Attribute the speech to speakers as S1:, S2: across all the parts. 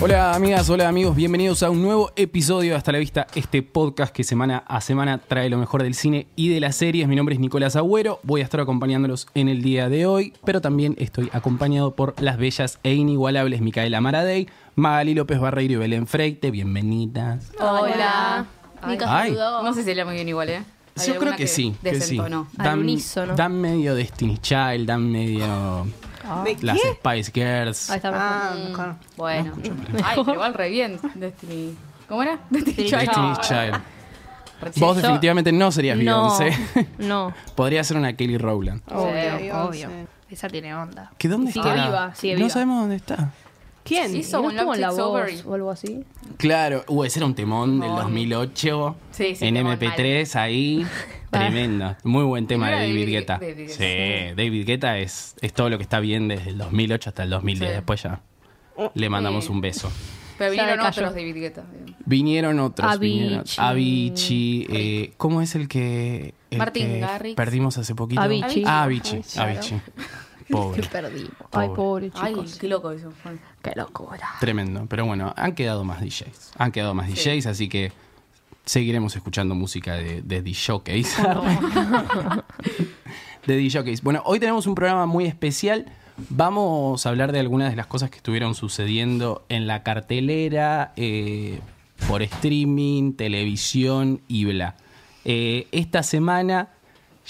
S1: Hola amigas, hola amigos, bienvenidos a un nuevo episodio de Hasta la Vista, este podcast que semana a semana trae lo mejor del cine y de las series. Mi nombre es Nicolás Agüero, voy a estar acompañándolos en el día de hoy, pero también estoy acompañado por las bellas e inigualables Micaela Maradei, Magali López Barreiro y Belén Freite, bienvenidas.
S2: Hola.
S3: Nico
S1: Ay.
S3: saludó.
S2: No sé si era muy bien igual, ¿eh? Hay
S1: Oh. Yo creo
S2: alguna
S1: que, sí, que sí.
S2: desentonó.
S3: Al unísono.
S1: dan medio Destiny Child, dan medio las Spice Girls.
S3: Ahí está mejor.
S4: Ah, mejor.
S2: Bueno. Ay, pero igual re bien. Destiny. ¿Cómo era? Destiny Child.
S1: Destiny Child. Vos
S3: Yo-
S1: definitivamente no serías
S3: no,
S1: Beyoncé.
S3: no,
S1: Podría ser una Kelly Rowland.
S4: Obvio,
S3: obvio.
S4: Beyoncé.
S3: Esa tiene onda.
S1: ¿Que dónde
S3: Sigue
S1: está?
S3: viva, sigue
S1: no
S3: viva.
S1: sabemos dónde está.
S4: ¿Quién?
S2: Sí,
S3: ¿Y
S2: so-
S3: no
S2: When
S3: estuvo
S2: Love
S3: en la
S2: Takes
S3: voz
S2: Over.
S3: o algo así?
S1: Claro, uh, ese era un temón del 2008.
S2: Sí, sí,
S1: en
S2: temón,
S1: MP3, ahí. Tremendo. Muy buen tema de
S2: Primero
S1: David
S2: David
S1: Guetta.
S2: Gue- David Guetta,
S1: sí, David Guetta es, es todo lo que está bien desde el 2008 hasta el 2010.
S2: Sí.
S1: Después ya le mandamos
S2: Sí.
S1: un beso.
S2: Pero vinieron
S3: decayó.
S2: otros David Guetta.
S1: Vinieron otros.
S3: Avicii.
S1: vinieron- Avicii. eh, ¿Cómo es el que. el
S2: Martin
S1: que
S2: Garrix.
S1: Perdimos hace poquito.
S3: Avicii.
S1: Ah, Avicii.
S3: Avicii, claro.
S1: Avicii.
S3: Que
S1: Pobre.
S3: perdimos. Ay, pobre
S2: Ay,
S3: chicos.
S2: qué loco eso. Bueno.
S3: Qué locura.
S1: Tremendo, pero bueno, han quedado más DJs. Han quedado más DJs, así que seguiremos escuchando música de, de DJs. de DJs. Bueno, hoy tenemos un programa muy especial. Vamos a hablar de algunas de las cosas que estuvieron sucediendo en la cartelera, eh, por streaming, televisión y bla. Eh, esta semana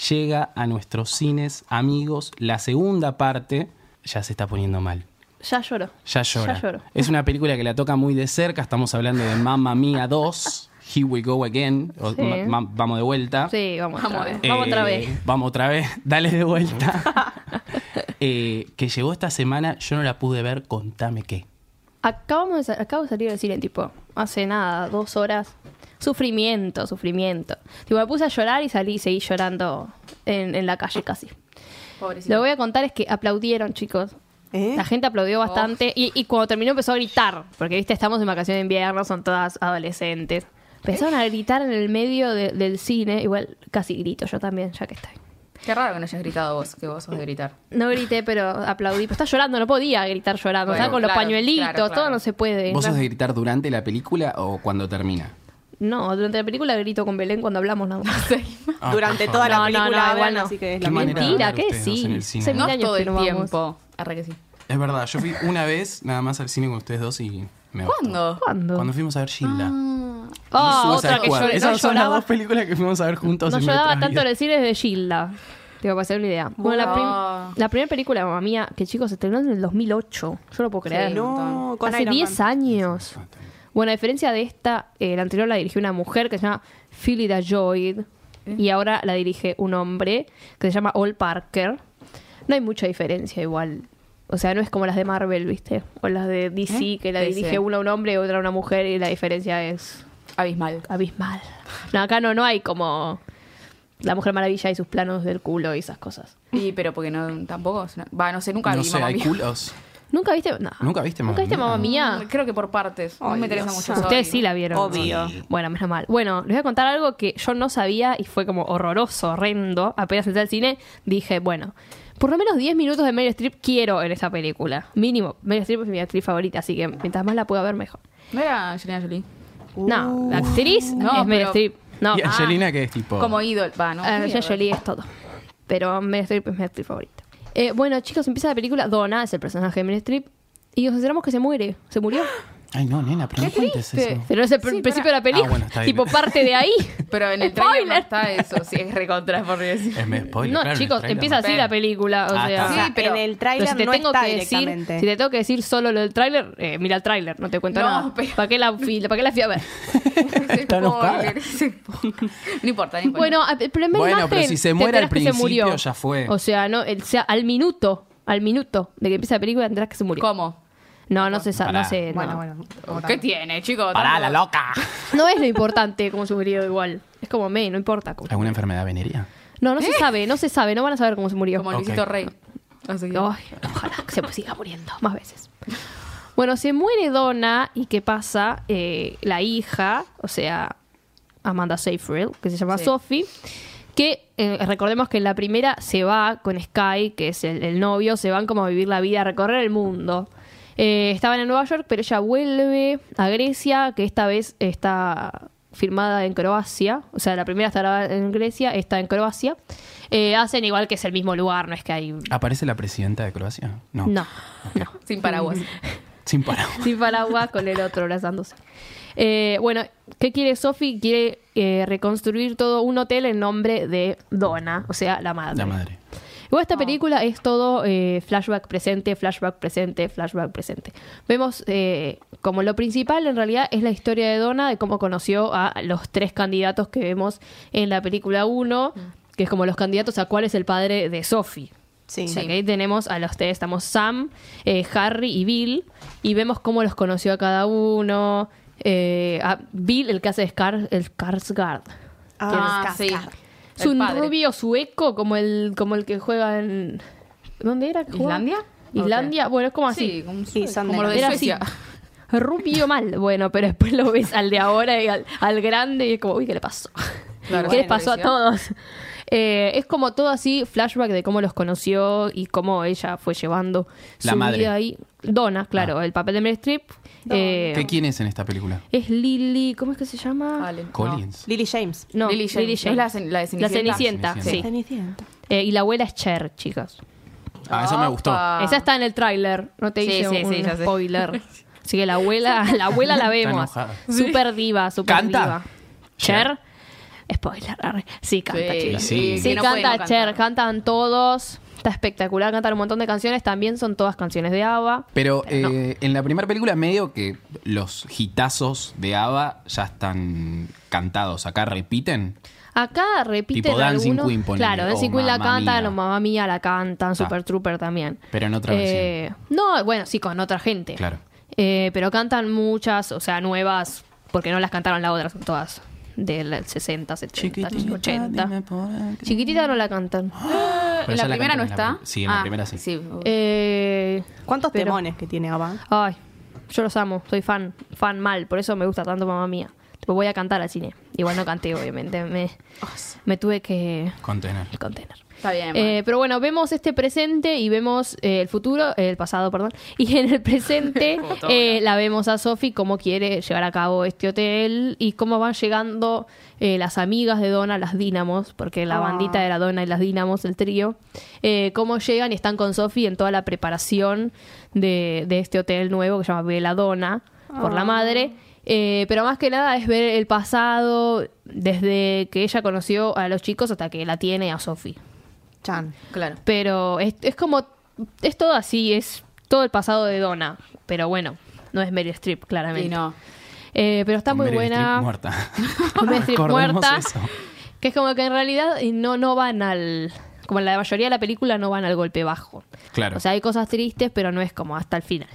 S1: llega a nuestros cines, amigos, la segunda parte. Ya se está poniendo mal.
S3: Ya lloro.
S1: Ya llora.
S3: Ya lloro.
S1: Es una película que la toca muy de cerca. Estamos hablando de Mamma Mía 2, Here We Go Again. o
S3: Sí.
S1: ma- ma- vamos de vuelta.
S3: Sí, vamos,
S2: Vamos,
S3: otra vez.
S1: Eh,
S3: Vamos otra vez.
S1: Vamos otra vez. Dale de vuelta. Eh, que llegó esta semana. Yo no la pude ver. Contame qué.
S3: Acabamos de, sa- acabo de salir del cine, tipo, hace nada, dos horas. Sufrimiento, sufrimiento. Tipo, me puse a llorar y salí, seguí llorando en, en la calle casi.
S2: Pobrecito.
S3: Lo que voy a contar es que aplaudieron, chicos.
S4: ¿Eh?
S3: La gente
S2: Oh.
S3: aplaudió bastante y, y cuando terminó empezó a gritar, porque viste, estamos en vacaciones de invierno, son todas adolescentes. Empezaron a gritar en el medio de- del cine, igual casi grito yo también, ya que estoy.
S2: Qué raro que no hayas gritado vos, que vos sos de gritar.
S3: No grité, pero aplaudí. Pues está llorando, no podía gritar llorando.
S2: Bueno,
S3: estaba con
S2: claro,
S3: los pañuelitos,
S2: claro, claro.
S3: todo no se puede.
S1: ¿Vos
S3: no.
S1: sos de gritar durante la película o cuando termina?
S3: No, durante la película grito con Belén cuando hablamos nada más.
S1: Ah,
S4: Durante
S1: por
S4: toda
S1: favor.
S3: No,
S4: la
S3: no,
S4: película
S3: no, igual
S4: hablan,
S3: no.
S4: así que es
S1: Qué
S4: la
S1: manera de
S3: Mentira,
S1: hablar
S3: que
S1: ustedes dos en el
S3: sí.
S1: cine.
S3: Hace mil
S2: No
S3: años
S2: todo
S3: que
S2: el
S3: no vamos.
S2: tiempo. Arre que sí.
S1: Es verdad. Yo fui una vez nada más al cine con ustedes dos y me gustó.
S2: ¿Cuándo?
S3: ¿Cuándo?
S1: Cuando fuimos a ver Gilda.
S3: Ah,
S1: Y Suicide
S3: otra que
S1: Squad.
S3: lloré.
S1: Esas
S3: No
S1: son las
S3: lloraba.
S1: dos películas que fuimos a ver juntos.
S3: No
S1: en
S3: lloraba
S1: nuestras
S3: tanto
S1: vidas.
S3: en el cine de Gilda. Tengo para hacer una idea. Bueno, la,
S2: Wow.
S4: Ah.
S3: prim- la primera película, mamá mía, que chicos, se estrenó en el 2008. Yo no puedo creer.
S4: No, con
S3: Hace
S4: Iron
S3: 10
S4: Man.
S3: años.
S1: Ah,
S3: Bueno, a diferencia de esta, eh, la anterior la dirigió una mujer que se llama Phillida Joyd.
S4: Eh.
S3: Y ahora la dirige un hombre que se llama Ol Parker. No hay mucha diferencia igual. O sea, no es como las de Marvel, ¿viste? O las de DC,
S4: ¿Eh?
S3: que la
S2: Sí,
S3: dirige
S2: sí.
S3: una un hombre y otra una mujer y la diferencia es
S2: Abismal.
S3: abismal. No, acá no, no hay como la Mujer Maravilla y sus planos del culo y esas cosas.
S2: Y pero porque no, tampoco. es una- Va, no sé, nunca
S1: No
S2: vi
S1: sé,
S2: Mamma
S1: hay
S2: Mía.
S1: culos.
S3: ¿Nunca viste? No.
S1: ¿Nunca viste Mamma
S3: ¿Nunca viste
S1: Mía?
S3: Mamma Mía?
S2: Mm, Creo que por partes. No
S4: Ay,
S2: me interesa
S4: Dios.
S2: mucho.
S3: Ustedes
S2: sorry.
S3: sí la vieron.
S4: Obvio.
S3: Bueno, menos mal. Bueno, les voy a contar algo que yo no sabía y fue como horroroso, horrendo. Apenas entré al cine, dije, bueno, por lo menos 10 minutos de Meryl Streep quiero en esta película. Mínimo. Meryl Streep es mi actriz favorita, así que mientras más la pueda ver, mejor.
S2: ¿No era Angelina Jolie?
S3: No, la actriz
S2: No,
S3: es Meryl
S2: pero-
S3: Streep. No,
S1: ¿Y Angelina que es tipo?
S2: Como ídolo. Va, no.
S3: Ah,
S2: Qué
S3: Angelina
S2: mierda.
S3: Jolie es todo. Pero Meryl Streep es mi actriz favorita. Eh, bueno, chicos, empieza la película. Donna es el personaje de Meryl Streep. Y nos enteramos que se muere. Se murió.
S1: Ay, no, nena, pero no cuentes
S2: triste.
S1: eso.
S3: Pero es el pr-
S2: Sí,
S3: principio de la película.
S1: Ah, bueno, está bien.
S3: tipo parte de ahí.
S2: Pero en el trailer no está eso, sí, es recontra, por decir.
S1: Es medio spoiler,
S3: no,
S1: claro,
S3: chicos,
S1: trailer.
S3: empieza así
S2: Pero-
S3: la película. O
S1: Ah,
S3: sea,
S1: está.
S4: O
S2: Sí,
S4: sea,
S2: pero-
S4: en el
S3: pero
S4: tráiler
S3: si te
S4: no
S3: tengo
S4: está
S3: que decir, si
S4: directamente.
S3: te tengo que decir solo lo del tráiler, eh, mira el tráiler, no te cuento
S2: No,
S3: nada.
S2: pero-
S3: ¿Para qué la fui, para qué la fui a ver?
S2: Ese
S1: Está enojada.
S2: spoiler, ese spoiler. No importa, no importa.
S3: bueno, a- pero en vez
S1: Bueno,
S3: imagen,
S1: pero si se
S3: te
S1: muere al
S3: enterás que se
S1: principio,
S3: murió.
S1: ya fue.
S3: O sea, no, el- o sea, al minuto, al minuto de que empieza la película tendrás que se murió.
S2: ¿cómo?
S3: No, no sé, sa-
S1: Pará.
S3: no sé, no.
S4: Bueno, bueno.
S2: ¿Qué tiene, chicos?
S1: Pará, la
S2: Tampoco-
S1: loca.
S3: No es lo importante como se murió igual. Es como me, no importa. cómo-
S1: ¿Alguna enfermedad venería?
S3: No, no se sabe, no se sabe, no van a saber cómo se murió.
S2: Como
S1: Ok.
S2: Luisito Rey. Así que-
S3: Ay, ojalá que se siga muriendo más veces. Bueno, se muere Donna y ¿qué pasa? Eh, la hija, o sea, Amanda Seyfried, que se llama
S2: Sí.
S3: Sophie, que eh, recordemos que en la primera se va con Sky, que es el, el novio, se van como a vivir la vida, a recorrer el mundo. Eh, estaban en Nueva York, pero ella vuelve a Grecia, que esta vez está firmada en Croacia. O sea, la primera está grabada en Grecia, está en Croacia. Eh, hacen igual que es el mismo lugar, no es que hay...
S1: ¿Aparece la presidenta de Croacia? No.
S3: No, no.
S2: Sin paraguas.
S1: Sin paraguas.
S3: Sin paraguas, con el otro abrazándose. Eh, bueno, ¿qué quiere Sophie? Quiere eh, reconstruir todo un hotel en nombre de Donna, o sea, la madre.
S1: La madre.
S3: Igual esta
S2: Ah.
S3: película es todo eh, flashback presente, flashback presente, flashback presente. Vemos eh, como lo principal en realidad es la historia de Donna, de cómo conoció a los tres candidatos que vemos en la película 1, que es como los candidatos a cuál es el padre de Sophie.
S4: Sí.
S3: O sea, que ahí tenemos a los tres, estamos Sam, eh, Harry y Bill, y vemos cómo los conoció a cada uno. Eh, a Bill, el que hace de Skar- el Skarsgård.
S4: Ah, Skarsgård.
S3: Es un rubio sueco, como el, como el que juega en... ¿Dónde era? que jugaba?
S2: ¿Islandia?
S3: Islandia, bueno, es como así.
S2: Sí, como,
S4: Sí, son
S2: como
S4: de-
S2: lo de
S3: Era
S2: Suecia.
S3: así. Rubio mal, bueno, pero después lo ves al de ahora y al, al grande y es como, uy, ¿qué le pasó?
S2: Claro,
S3: ¿Qué les
S2: bueno,
S3: pasó a
S2: pareció.
S3: todos? Eh, es como todo así, flashback de cómo los conoció y cómo ella fue llevando
S1: La
S3: su
S1: madre.
S3: vida ahí. Donna, claro, el papel de Meryl Streep. Eh,
S1: ¿Qué, ¿Quién es en esta película?
S3: es Lily, ¿cómo es que se llama?
S2: Allen, no.
S1: Collins.
S4: Lily James.
S3: No,
S2: Lily James. ¿No es la cen- la de
S3: La
S2: Cenicienta?
S3: Cenicienta, sí. Eh, y la abuela es Cher, chicas.
S1: Ah, eso me gustó.
S2: Opa.
S3: Esa está en el tráiler, no te
S2: Sí,
S3: hice
S2: sí, sí,
S3: un
S2: ya sé.
S3: spoiler. Así que la abuela, la abuela la vemos.
S1: enojada.
S3: Super diva, super
S1: ¿Canta?
S3: diva. Cher. Spoiler. arre. Sí, canta,
S2: Sí,
S3: chicos.
S1: sí.
S3: Sí,
S2: que no puede
S3: canta
S2: no
S3: Cher,
S2: cantar.
S3: cantan todos. Está espectacular, cantan un montón de canciones. También son todas canciones de ABBA.
S1: Pero eh, en la primera película medio que los hitazos de ABBA ya están cantados. Acá repiten.
S3: Acá repiten
S1: Tipo Dancing
S3: algunos.
S1: Queen, ponele,
S3: claro, Dancing
S1: o
S3: Queen la
S1: Mamma
S3: cantan,
S1: Mia.
S3: o Mamá Mía la cantan, Super Trooper también.
S1: Pero en otra
S3: Eh, No, bueno, sí, con otra gente.
S1: Claro.
S3: Eh, pero cantan muchas, o sea, nuevas, porque no las cantaron las otras, son todas del 60, 70, 80. Chiquitita no la cantan.
S1: Pero ya
S2: ¿La primera
S1: cantan en
S2: no
S1: la
S2: está?
S1: pri- sí, en la
S2: Ah,
S1: primera sí.
S3: Eh,
S4: ¿Cuántos
S3: Pero-
S4: temones que tiene Ava?
S3: ay, yo los amo, soy fan, fan mal, por eso me gusta tanto mamá mía. Tipo, voy a cantar al cine. Igual no canté, obviamente, me,
S4: Oh,
S3: me tuve que
S1: Contener.
S3: contener.
S2: Está bien.
S3: Eh,
S2: bueno.
S3: pero bueno, vemos este presente y vemos eh, el futuro, eh, el pasado, perdón. Y en el presente eh, la vemos a Sophie cómo quiere llevar a cabo este hotel y cómo van llegando eh, las amigas de Donna, las Dínamos, porque la
S4: Ah.
S3: bandita era Donna y las Dínamos, el trío. eh, cómo llegan y están con Sophie en toda la preparación de, de este hotel nuevo que se llama Veladona por la madre. Eh, pero más que nada es ver el pasado desde que ella conoció a los chicos hasta que la tiene a Sophie.
S4: Chan.
S2: claro.
S3: Pero es, es como. Es todo así, es todo el pasado de Donna. Pero bueno, no es Meryl Streep, claramente.
S2: Y no.
S3: Eh, pero está
S1: Con
S3: muy
S1: Meryl Streep
S3: buena.
S1: Muerta.
S3: Con Meryl Streep
S1: Recordemos
S3: muerta.
S1: eso.
S3: Que es como que en realidad no, no van al. Como en la mayoría de la película, no van al golpe bajo.
S1: Claro.
S3: O sea, hay cosas tristes, pero no es como hasta el final.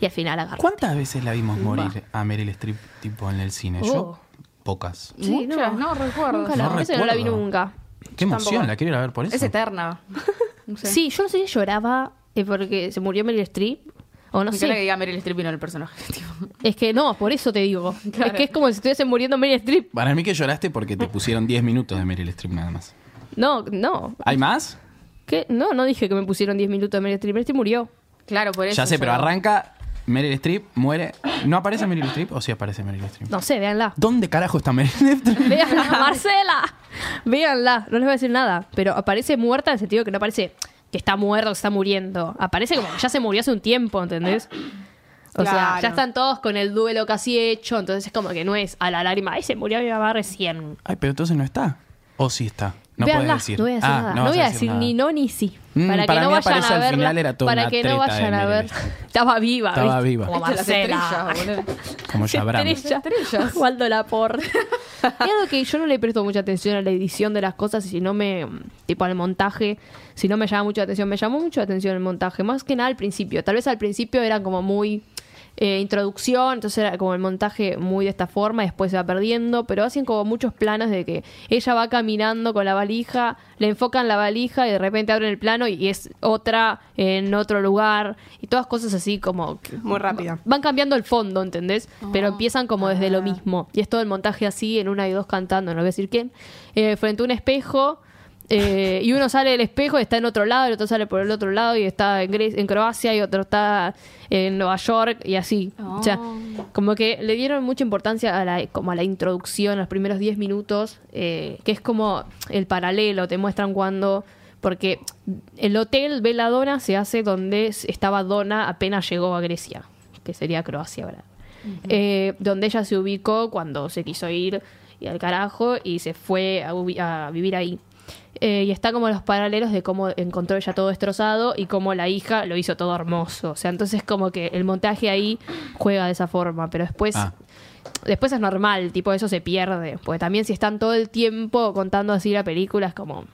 S3: Y al final agarra.
S1: ¿Cuántas veces la vimos morir a Meryl Streep tipo en el cine?
S3: Oh.
S1: Yo, pocas.
S2: Sí,
S3: Muchas,
S2: no, no recuerdo.
S3: Nunca la,
S1: No
S3: esa no la vi
S1: recuerdo.
S3: nunca.
S1: Qué emoción, la quiero ir a ver por eso.
S2: Es eterna. No sé.
S3: Sí, yo no sé si lloraba eh, porque se murió Meryl Streep. O no
S2: Me
S3: sé.
S2: encanta que diga Meryl Streep y no el personaje. tipo.
S3: Es que no, por eso te digo.
S2: Claro.
S3: Es que es como si estuviese muriendo Meryl Streep.
S1: Para mí que lloraste porque
S3: Mm.
S1: te pusieron 10 minutos de Meryl Streep nada más.
S3: No, no.
S1: ¿Hay más?
S3: ¿Qué? No, no dije que me pusieron 10 minutos de Meryl Streep. Meryl Streep murió.
S2: Claro, por eso.
S1: ya sé,
S2: yo-
S1: pero arranca Meryl Streep, muere. ¿No aparece Meryl Streep o sí aparece Meryl Streep?
S3: No sé, véanla.
S1: ¿Dónde carajo está Meryl Streep?
S3: Véanla, Marcela. Véanla. No les voy a decir nada. Pero aparece muerta en el sentido que no aparece que está muerta o que está muriendo. Aparece como que ya se murió hace un tiempo, ¿entendés? O sea,
S4: Claro.
S3: ya están todos con el duelo casi hecho. Entonces es como que no es a la lágrima. Ay, se murió mi mamá recién.
S1: Ay, pero entonces no está. ¿O sí está? No puedes
S3: Véanla,
S1: decir.
S3: No voy a decir
S1: Ah,
S3: nada.
S1: no
S3: No,
S1: vas
S3: voy a
S1: decir
S3: decir
S1: nada.
S3: ni no ni sí.
S1: Mm,
S3: para que
S1: para
S3: no
S1: mí
S3: vayan
S1: aparece
S3: a
S1: al
S3: verla.
S1: final era toda
S3: para
S1: una
S3: que no
S1: treta de
S3: vayan a
S1: Meryl
S3: ver.
S1: Streep.
S3: Estaba viva.
S1: Estaba
S3: ¿viste?
S1: viva.
S3: Como
S2: Viste las
S3: Marcela.
S2: estrellas, boludo.
S1: Como ya habrán.
S3: Estrellas.
S2: Estrellas.
S3: Waldo Laporte. Y algo que yo no le presto mucha atención a la edición de las cosas, si no me. tipo al montaje, si no me llama mucho la atención. Me llamó mucho la atención el montaje, más que nada al principio. Tal vez al principio era como muy. eh, introducción, entonces era como el montaje muy de esta forma, después se va perdiendo, pero hacen como muchos planos de que ella va caminando con la valija, le enfocan la valija y de repente abren el plano y es otra en otro lugar y todas cosas así como que-
S4: Muy rápida.
S3: van cambiando el fondo, ¿entendés? Pero empiezan como desde lo mismo. Y es todo el montaje así, en una y dos cantando, no voy a decir quién. Eh, frente a un espejo, Eh, y uno sale del espejo y está en otro lado, y el otro sale por el otro lado y está en, Gre- en Croacia y otro está en Nueva York y así. O sea, como que le dieron mucha importancia a la, como a la introducción, a los primeros 10 minutos, eh, que es como el paralelo, te muestran cuando... Porque el hotel Veladona se hace donde s- estaba Donna apenas llegó a Grecia, que sería Croacia ahora. Eh, donde ella se ubicó cuando se quiso ir y al carajo y se fue a, ubi- a vivir ahí. Eh, y está como los paralelos de cómo encontró ella todo destrozado y cómo la hija lo hizo todo hermoso. O sea, entonces como que el montaje ahí juega de esa forma, pero después...
S1: Ah.
S3: Después es normal, tipo, eso se pierde. Porque también si están todo el tiempo contando así la película, es como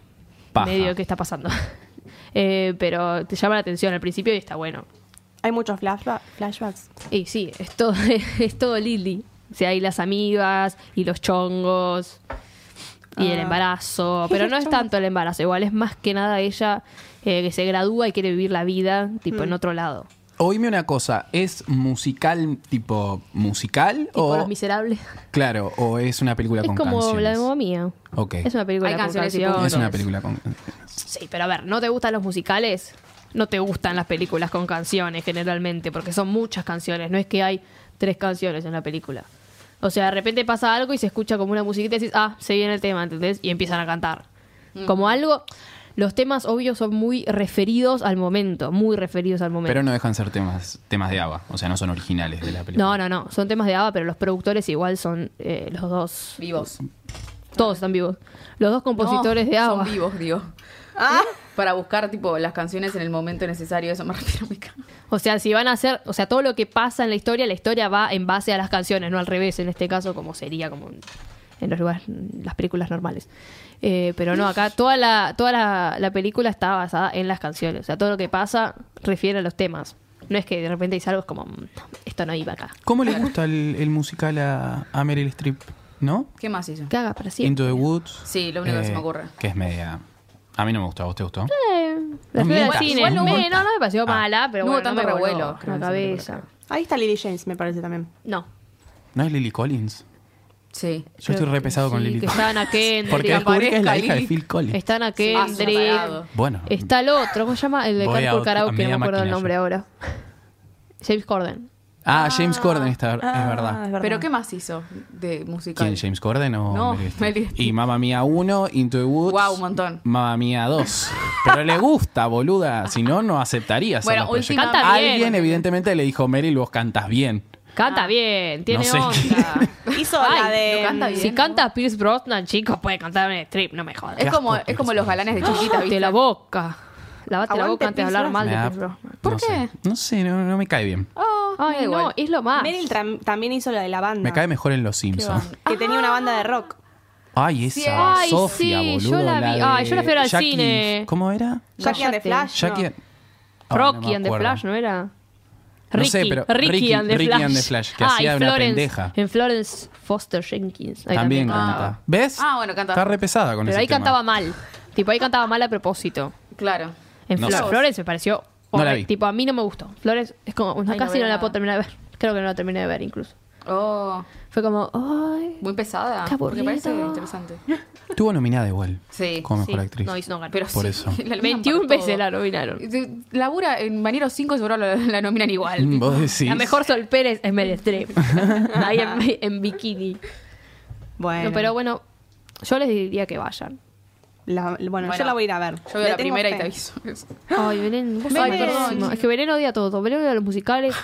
S1: Paja.
S3: medio que está pasando. Eh, pero te llama la atención al principio y está bueno.
S4: Hay muchos flashba- flashbacks.
S3: Y sí, es todo, es todo Lily. O sea, hay las amigas y los chongos y el
S4: Ah.
S3: embarazo. Pero no es tanto el embarazo, igual es más que nada ella eh, que se gradúa y quiere vivir la vida, tipo en otro lado.
S1: Oíme una cosa, ¿es musical tipo musical
S3: Tipo
S1: o
S3: Los Miserables.
S1: claro, o es una película
S3: Es
S1: con
S3: como la de
S1: canciones?
S3: Mamma Mía.
S1: Ok.
S3: Es una película
S2: Hay
S3: con
S2: canciones y
S3: canciones.
S1: Es una película con
S3: Sí, pero a ver, ¿no te gustan los musicales? No te gustan las películas con canciones generalmente, porque son muchas canciones, no es que hay tres canciones en la película. O sea, de repente pasa algo y se escucha como una musiquita y dices, ah, se viene el tema, ¿entendés? Y empiezan a cantar.
S2: Mm.
S3: Como algo, los temas obvios son muy referidos al momento, muy referidos al momento.
S1: Pero no dejan ser temas temas de ABBA, o sea, no son originales de la película.
S3: no, no, no, son temas de ABBA, pero los productores igual son eh, los dos,
S2: Vivos.
S3: todos están vivos. Los dos compositores
S2: No,
S3: de Ah. ABBA.
S2: Son vivos, digo. ¿Eh? Para buscar, tipo, las canciones en el momento necesario, eso me refiero a mi ca-
S3: O sea, si van a hacer, o sea, todo lo que pasa en la historia, la historia va en base a las canciones, no al revés, en este caso, como sería como en, en los lugares, en las películas normales. Eh, pero no, acá toda la, toda la, la película está basada en las canciones. O sea, todo lo que pasa refiere a los temas. No es que de repente dice algo, es como, "Mm, esto no iba acá.
S1: ¿Cómo le gusta el, el musical a, a Meryl Streep? ¿No?
S2: ¿Qué más hizo?
S3: Caga para siempre.
S1: Into the Woods. Eh,
S2: Sí, lo único que se me ocurre.
S1: Que es media. A mí no me gustó, ¿a vos te gustó?
S3: Eh, la fui
S1: Igual-
S3: al cine.
S2: igual no hubo-
S3: Me- no, no me pareció
S1: Ah.
S3: mala, pero
S2: No
S3: bueno,
S2: hubo tanto
S3: no me voló
S2: revuelo,
S3: la
S2: creo, en esa película.
S3: cabeza.
S4: Ahí está Lily James, me parece también.
S3: No.
S1: ¿No es Lily Collins?
S2: Sí.
S1: Yo estoy re pesado con
S3: Sí,
S1: Lily
S3: que
S1: Collins.
S3: estaban a Kendrick.
S1: Porque
S2: que
S1: descubrí que es la
S2: aparezca
S1: hija de
S2: Lily.
S1: Phil Collins.
S3: Están a
S2: Ah,
S3: Kendrick.
S2: separado.
S1: Bueno.
S3: Está el otro, ¿cómo se llama? El de
S1: Voy a
S3: Carpool
S1: otro- a
S3: Karaoke, no
S1: media
S3: me acuerdo el
S1: máquina
S3: nombre
S1: yo.
S3: ahora. James Corden.
S1: Ah, James Corden está, es
S3: Ah,
S4: Ah,
S1: verdad.
S2: ¿Pero qué más hizo de musical?
S1: ¿Quién? ¿James Corden o
S2: No,
S1: Meryl Streep?
S2: Meryl Streep.
S1: Y Mamma Mía 1, Into the Woods.
S2: Guau, un montón.
S1: Mamma Mía 2. Pero le gusta, boluda. Si no, no aceptaría hacer
S2: Bueno,
S1: los proyectos.
S2: última-
S3: Canta bien.
S1: Alguien, evidentemente, le dijo, Meryl, vos cantas bien.
S3: Canta bien, tiene
S1: sé.
S3: onda.
S4: Ah. Hizo
S3: Ay,
S4: la de. mm,
S2: no canta bien.
S3: si canta Pierce Brosnan, chicos, puede cantar en strip, no me jodas.
S2: Es como,
S1: asco,
S2: es como los galanes de chiquita,
S3: Lavate
S2: ¿viste?
S3: Ah, la boca. Lavate la
S4: Aguante
S3: boca antes de
S4: Pierce
S3: hablar mal
S1: Me
S3: de
S1: da-
S3: Pierce Brosnan.
S2: ¿Por
S1: no
S2: qué?
S1: sé. No sé, no, no me cae bien.
S3: Ah.
S2: Oh, me da
S3: Ay,
S2: igual.
S3: no, es lo más.
S4: Meryl tra- también hizo la de la banda.
S1: Me cae mejor en Los Simpsons.
S4: Que tenía una banda de rock.
S1: Ay, esa
S3: Ay,
S1: Sofía,
S3: sí,
S1: boludo.
S3: yo la vi.
S1: de
S3: Ay, yo la fui a ver al
S1: Jackie-
S3: cine.
S1: ¿Cómo era?
S4: Jackie and
S3: Cállate.
S4: the Flash. no.
S1: Jackie. and- Ah, no
S3: Rocky
S1: me
S3: and the
S1: acuerdo.
S3: Flash, ¿no era?
S1: No
S3: Ricky,
S1: sé, pero
S3: Ricky,
S1: Ricky-
S3: and the
S1: Ricky
S3: Flash.
S1: and the Flash, que
S3: Ah,
S1: hacía
S3: y
S1: una
S3: Florence-
S1: pendeja.
S3: En Florence Foster Jenkins. Ahí
S1: También
S3: cantaba.
S1: canta. ¿Ves?
S2: Ah, bueno, canta.
S1: Está re pesada con
S3: Pero
S1: ese
S3: ahí
S1: tema.
S3: cantaba mal. Tipo, ahí cantaba mal a propósito.
S2: Claro.
S3: En
S1: No
S3: Flor-
S1: sé.
S3: Flores me pareció.
S1: No la
S3: horrible.
S1: vi.
S3: Tipo, a mí no me gustó. Flores es como. una-
S2: Ay, no
S3: casi no, la
S2: veo nada.
S3: puedo terminar de ver. Creo que no la terminé de ver incluso.
S2: Oh,
S3: Fue como. Ay.
S2: muy pesada.
S3: Qué aburrido.
S2: Me parece interesante.
S1: Estuvo nominada igual.
S2: Sí,
S1: Como mejor
S3: Sí,
S1: actriz.
S3: No, hizo- no ganó.
S2: Pero
S1: Por
S2: sí,
S1: eso.
S2: la nominan
S3: 21
S2: para
S3: veces
S2: todo.
S3: la nominaron.
S2: Eh, Labura en Bañeros 5 seguro la, la nominan igual.
S1: Mm,
S2: tipo.
S1: Vos decís.
S3: La mejor Sol Pérez es Meryl Streep. Ahí en, en bikini.
S4: Bueno,
S3: No, pero bueno, yo les diría que vayan.
S4: La- bueno, yo
S2: Bueno,
S4: la voy a ir a ver.
S2: Yo veo
S4: Le
S2: la
S4: tengo
S2: primera
S4: fe.
S2: y te aviso.
S3: Ay, Belén, vos sos
S2: Belén.
S3: malísima. Es que Belén odia todo. Belén odia los musicales,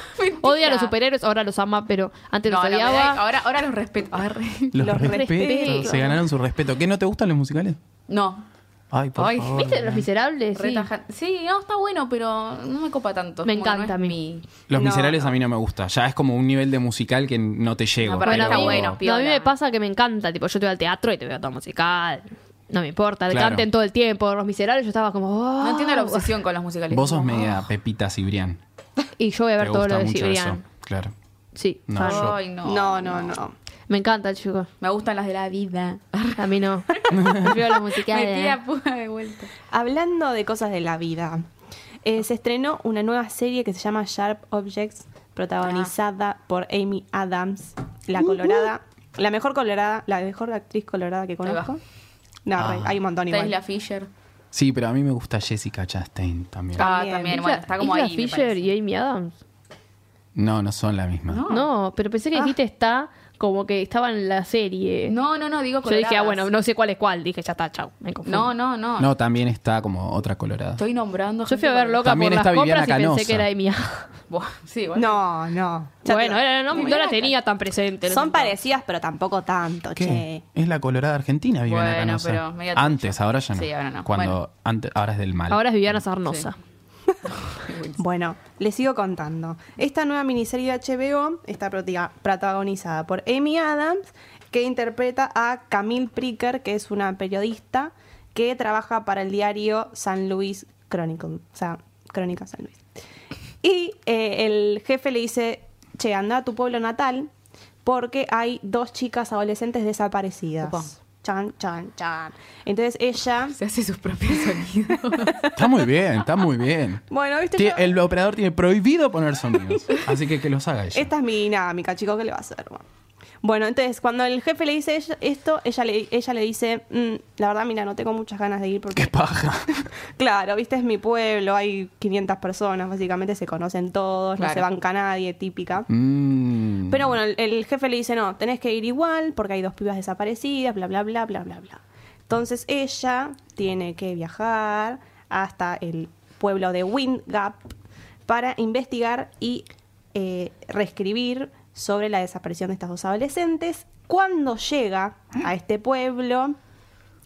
S3: odia a los superhéroes, ahora los ama, pero antes
S2: No,
S3: los
S2: no, me
S3: odiaba.
S2: da- ahora, ahora los respeto. Arre.
S1: Los,
S4: Los
S1: respeto.
S4: respeto.
S1: Se ganaron su respeto. ¿Qué no te gustan los musicales?
S2: No.
S1: Ay, por
S2: Ay,
S1: favor.
S3: ¿Viste Los Miserables?
S2: re
S3: Sí.
S2: tajan- Sí. no, está bueno, pero no me copa tanto.
S3: Me
S2: Como no
S3: encanta
S2: es
S3: a mí.
S2: mi-
S1: Los
S4: No,
S1: Miserables a mí no me gusta. Ya es como un nivel de musical que no te llego.
S2: No, para mí
S1: pero-
S2: está bueno.
S3: No, a mí
S2: piola.
S3: me pasa que me encanta. Tipo, yo te voy al teatro y te veo todo musical. No me importa.
S1: Claro.
S3: Canten todo el tiempo. Los Miserables, yo estaba como... "Oh".
S2: No entiendo la obsesión con los musicales.
S1: Vos sos media Pepita Cibrián.
S3: Y yo voy a
S1: Te
S3: ver todo lo
S1: gusta
S3: de
S1: mucho eso.
S3: Cibrián.
S1: Claro.
S3: Sí.
S1: No,
S3: fan.
S1: yo-
S2: Ay, no.
S4: No, no, no.
S3: Me encanta, chicos.
S2: Me gustan las de la vida.
S3: A mí no. Prefiero los
S2: Mi
S3: musicales.
S2: tía puja de vuelta.
S4: Hablando de cosas de la vida, eh, se estrenó una nueva serie que se llama Sharp Objects, protagonizada
S3: Ah.
S4: por Amy Adams, la colorada, la mejor colorada, la mejor actriz colorada que
S2: va.
S4: conozco. No, re- hay un montón igual.
S2: Isla Fisher.
S1: Sí, pero a mí me gusta Jessica Chastain también.
S2: Ah,
S4: También.
S2: también. Bueno,
S3: Isla-
S2: está como
S3: Isla
S2: ahí. me
S3: Fisher
S2: parece.
S3: y Amy Adams.
S1: No, no son la misma.
S2: No. Ah.
S3: No, pero pensé que dijiste está como que estaba en la serie.
S2: No, no, no, digo
S3: Yo dije, ah,
S2: coloradas.
S3: bueno, no sé cuál es cuál. Dije, ya está, chau. Me confundí.
S2: No, no, no.
S1: No, también está como otra colorada.
S2: Estoy nombrando.
S3: Yo fui
S2: gente
S3: a ver
S2: con-
S3: loca
S1: También
S3: por
S1: está
S3: las compras
S1: Viviana
S3: y pensé
S1: Canosa.
S3: que era de mía.
S2: Buah, sí, bueno.
S4: No, no. Ya
S3: ¿eh? Bueno,
S4: te-
S3: era- no, no la tenía tan presente. no
S4: Son
S3: sé.
S4: parecidas, pero tampoco tanto,
S1: ¿Qué?
S4: che.
S1: Es la colorada argentina, Viviana
S2: Bueno,
S1: Canosa.
S2: pero media trucha.
S1: Antes, ahora ya no.
S2: Sí, ahora no.
S1: Cuando
S2: Bueno.
S1: antes, ahora es del mal.
S3: Ahora es Viviana Sarnosa.
S4: Bueno, les sigo contando. Esta nueva miniserie de HBO está proti- protagonizada por Amy Adams, que interpreta a Camille Pricker, que es una periodista que trabaja para el diario San Luis Chronicle, o sea, Crónica San Luis. Y eh, el jefe le dice, che, anda a tu pueblo natal porque hay dos chicas adolescentes desaparecidas.
S2: Upa.
S4: Chan, chan, chan. Entonces ella...
S2: Se hace sus propios sonidos.
S1: Está muy bien, está muy bien.
S4: Bueno, viste...
S1: Tie-
S4: yo-
S1: el operador tiene prohibido poner sonidos. así que que los haga ella.
S4: Esta es mi dinámica, chicos, ¿qué le va a hacer? Bueno. Bueno, entonces, cuando el jefe le dice ella- esto, ella le, ella le dice, "Mm, la verdad, mira, no tengo muchas ganas de
S1: Qué
S4: ir porque,
S1: paja.
S4: claro, viste, es mi pueblo, hay 500 personas, básicamente se conocen todos, no
S2: Claro.
S4: se banca nadie, típica.
S1: Mm.
S4: Pero bueno, el, el jefe le dice, no, tenés que ir igual porque hay dos pibas desaparecidas, bla, bla, bla, bla, bla, bla. Entonces ella tiene que viajar hasta el pueblo de Windgap para investigar y eh, reescribir sobre la desaparición de estas dos adolescentes. Cuando llega a este pueblo,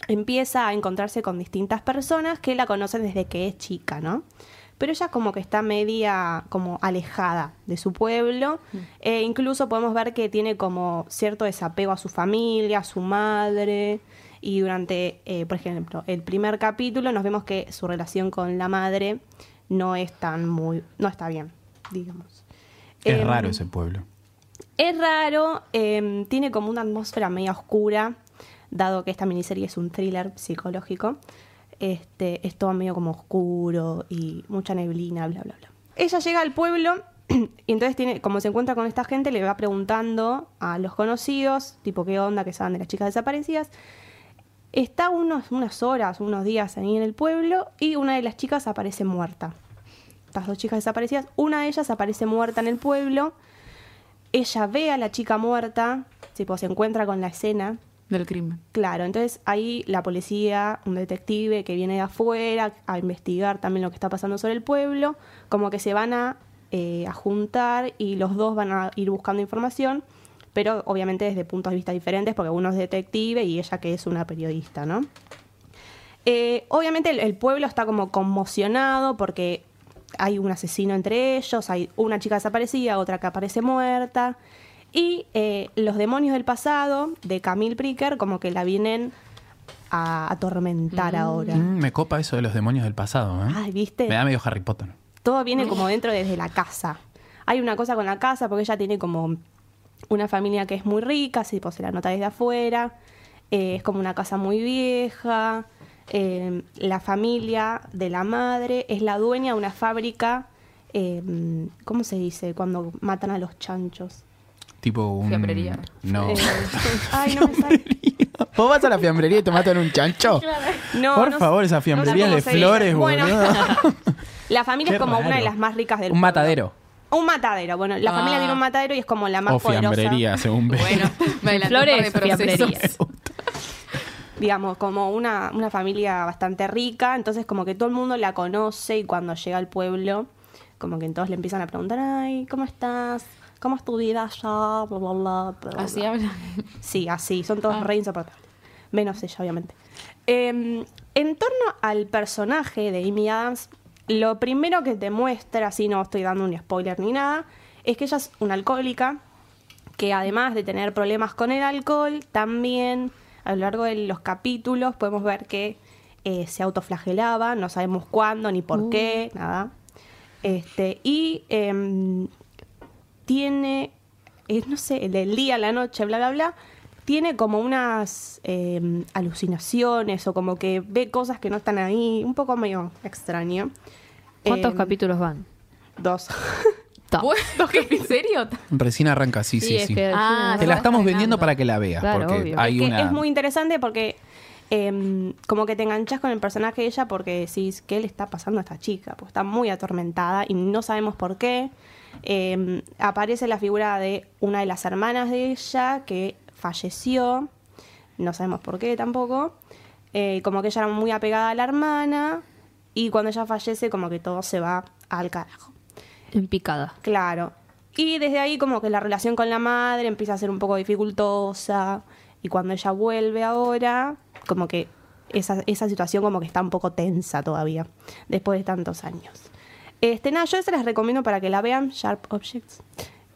S4: empieza a encontrarse con distintas personas que la conocen desde que es chica, ¿no? Pero ella como que está media como alejada de su pueblo. E incluso podemos ver que tiene como cierto desapego a su familia, a su madre. Y durante, eh, por ejemplo, el primer capítulo nos vemos que su relación con la madre no es tan muy... no está bien, digamos.
S1: es
S4: Em,
S1: raro ese pueblo.
S4: es raro, em, tiene como una atmósfera media oscura, dado que esta miniserie es un thriller psicológico. Este, es todo medio como oscuro y mucha neblina, bla, bla, bla. Ella llega al pueblo y entonces tiene, como se encuentra con esta gente, le va preguntando a los conocidos, tipo qué onda, que saben de las chicas desaparecidas. Está unos, unas horas, unos días ahí en el pueblo y una de las chicas aparece muerta. Estas dos chicas desaparecidas, una de ellas aparece muerta en el pueblo ella ve a la chica muerta, tipo, se encuentra con la escena.
S2: Del crimen.
S4: Claro, entonces ahí la policía, un detective que viene de afuera a investigar también lo que está pasando sobre el pueblo, como que se van a, eh, a juntar y los dos van a ir buscando información, pero obviamente desde puntos de vista diferentes, porque uno es detective y ella que es una periodista, ¿no? Eh, obviamente el, el pueblo está como conmocionado porque hay un asesino entre ellos, hay una chica desaparecida, otra que aparece muerta. Y eh, los demonios del pasado, de Camille Pricker, como que la vienen a atormentar ahora.
S1: Mm, me copa eso de los demonios del pasado, ¿eh?
S4: Ay, ¿viste?
S1: Me da medio Harry Potter.
S4: Todo viene como dentro desde la casa. Hay una cosa con la casa porque ella tiene como una familia que es muy rica, así, pues, se la nota desde afuera. eh, es como una casa muy vieja. eh, la familia de la madre es la dueña de una fábrica. eh, ¿Cómo se dice cuando matan a los chanchos?
S1: Tipo un...
S2: Fiambrería.
S1: No.
S4: Eh, ay, no me sale.
S1: ¿Vos vas a la fiambrería y te matan un chancho?
S4: No,
S1: Por
S4: no
S1: favor,
S4: sé-
S1: esa fiambrería
S4: no sé
S1: de
S4: cómo se
S1: flores,
S4: dice. Bueno,
S1: boludo.
S4: La familia
S1: Qué
S4: es como una de
S1: raro.
S4: las más ricas del
S1: Un
S4: pueblo.
S1: matadero.
S4: Un matadero, bueno, la
S2: Ah.
S4: familia tiene un matadero y es como la más
S1: O
S4: poderosa.
S1: fiambrería, según veo.
S2: Bueno, me adelanté un par de
S3: Flores,
S2: procesos.
S3: fiambrerías.
S4: digamos, como una, una familia bastante rica, entonces como que todo el mundo la conoce y cuando llega al pueblo, como que entonces le empiezan a preguntar, ay, ¿cómo estás? ¿Cómo es tu vida allá? Bla, bla, bla, bla, bla".
S2: Así habla.
S4: Sí, así, son todos re insoportables. Menos ella, obviamente. Eh, en torno al personaje de Amy Adams, lo primero que te muestra, así no estoy dando un spoiler ni nada, es que ella es una alcohólica que además de tener problemas con el alcohol, también a lo largo de los capítulos podemos ver que eh, se autoflagelaba, no sabemos cuándo ni por qué, nada. Este, y em, tiene, eh, no sé, del día a la noche, bla, bla, bla, tiene como unas eh, alucinaciones o como que ve cosas que no están ahí, un poco medio extraño.
S3: ¿Cuántos
S4: Em,
S3: capítulos van?
S4: Dos.
S3: Ta.
S2: Bueno, ¿qué? ¿En serio?
S1: Recién arranca, sí, sí, sí.
S3: es que-
S2: Ah,
S1: Te la
S2: Está
S1: estamos vendiendo
S2: estrenando.
S1: para que la veas,
S3: Claro,
S1: porque
S3: obvio.
S1: hay
S4: que
S1: una...
S4: es muy interesante porque em, como que te enganchas con el personaje de ella porque decís, ¿qué le está pasando a esta chica? Pues está muy atormentada y no sabemos por qué. Em, aparece la figura de una de las hermanas de ella que falleció, no sabemos por qué tampoco. Eh, como que ella era muy apegada a la hermana y cuando ella fallece como que todo se va al carajo.
S3: En picada.
S4: Claro. Y desde ahí como que la relación con la madre empieza a ser un poco dificultosa y cuando ella vuelve ahora, como que esa, esa situación como que está un poco tensa todavía, después de tantos años. Este, nada, yo se las recomiendo para que la vean, Sharp Objects.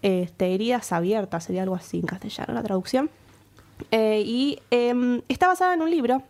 S4: Este, heridas abiertas, sería algo así en castellano la traducción. Eh, y em, está basada en un libro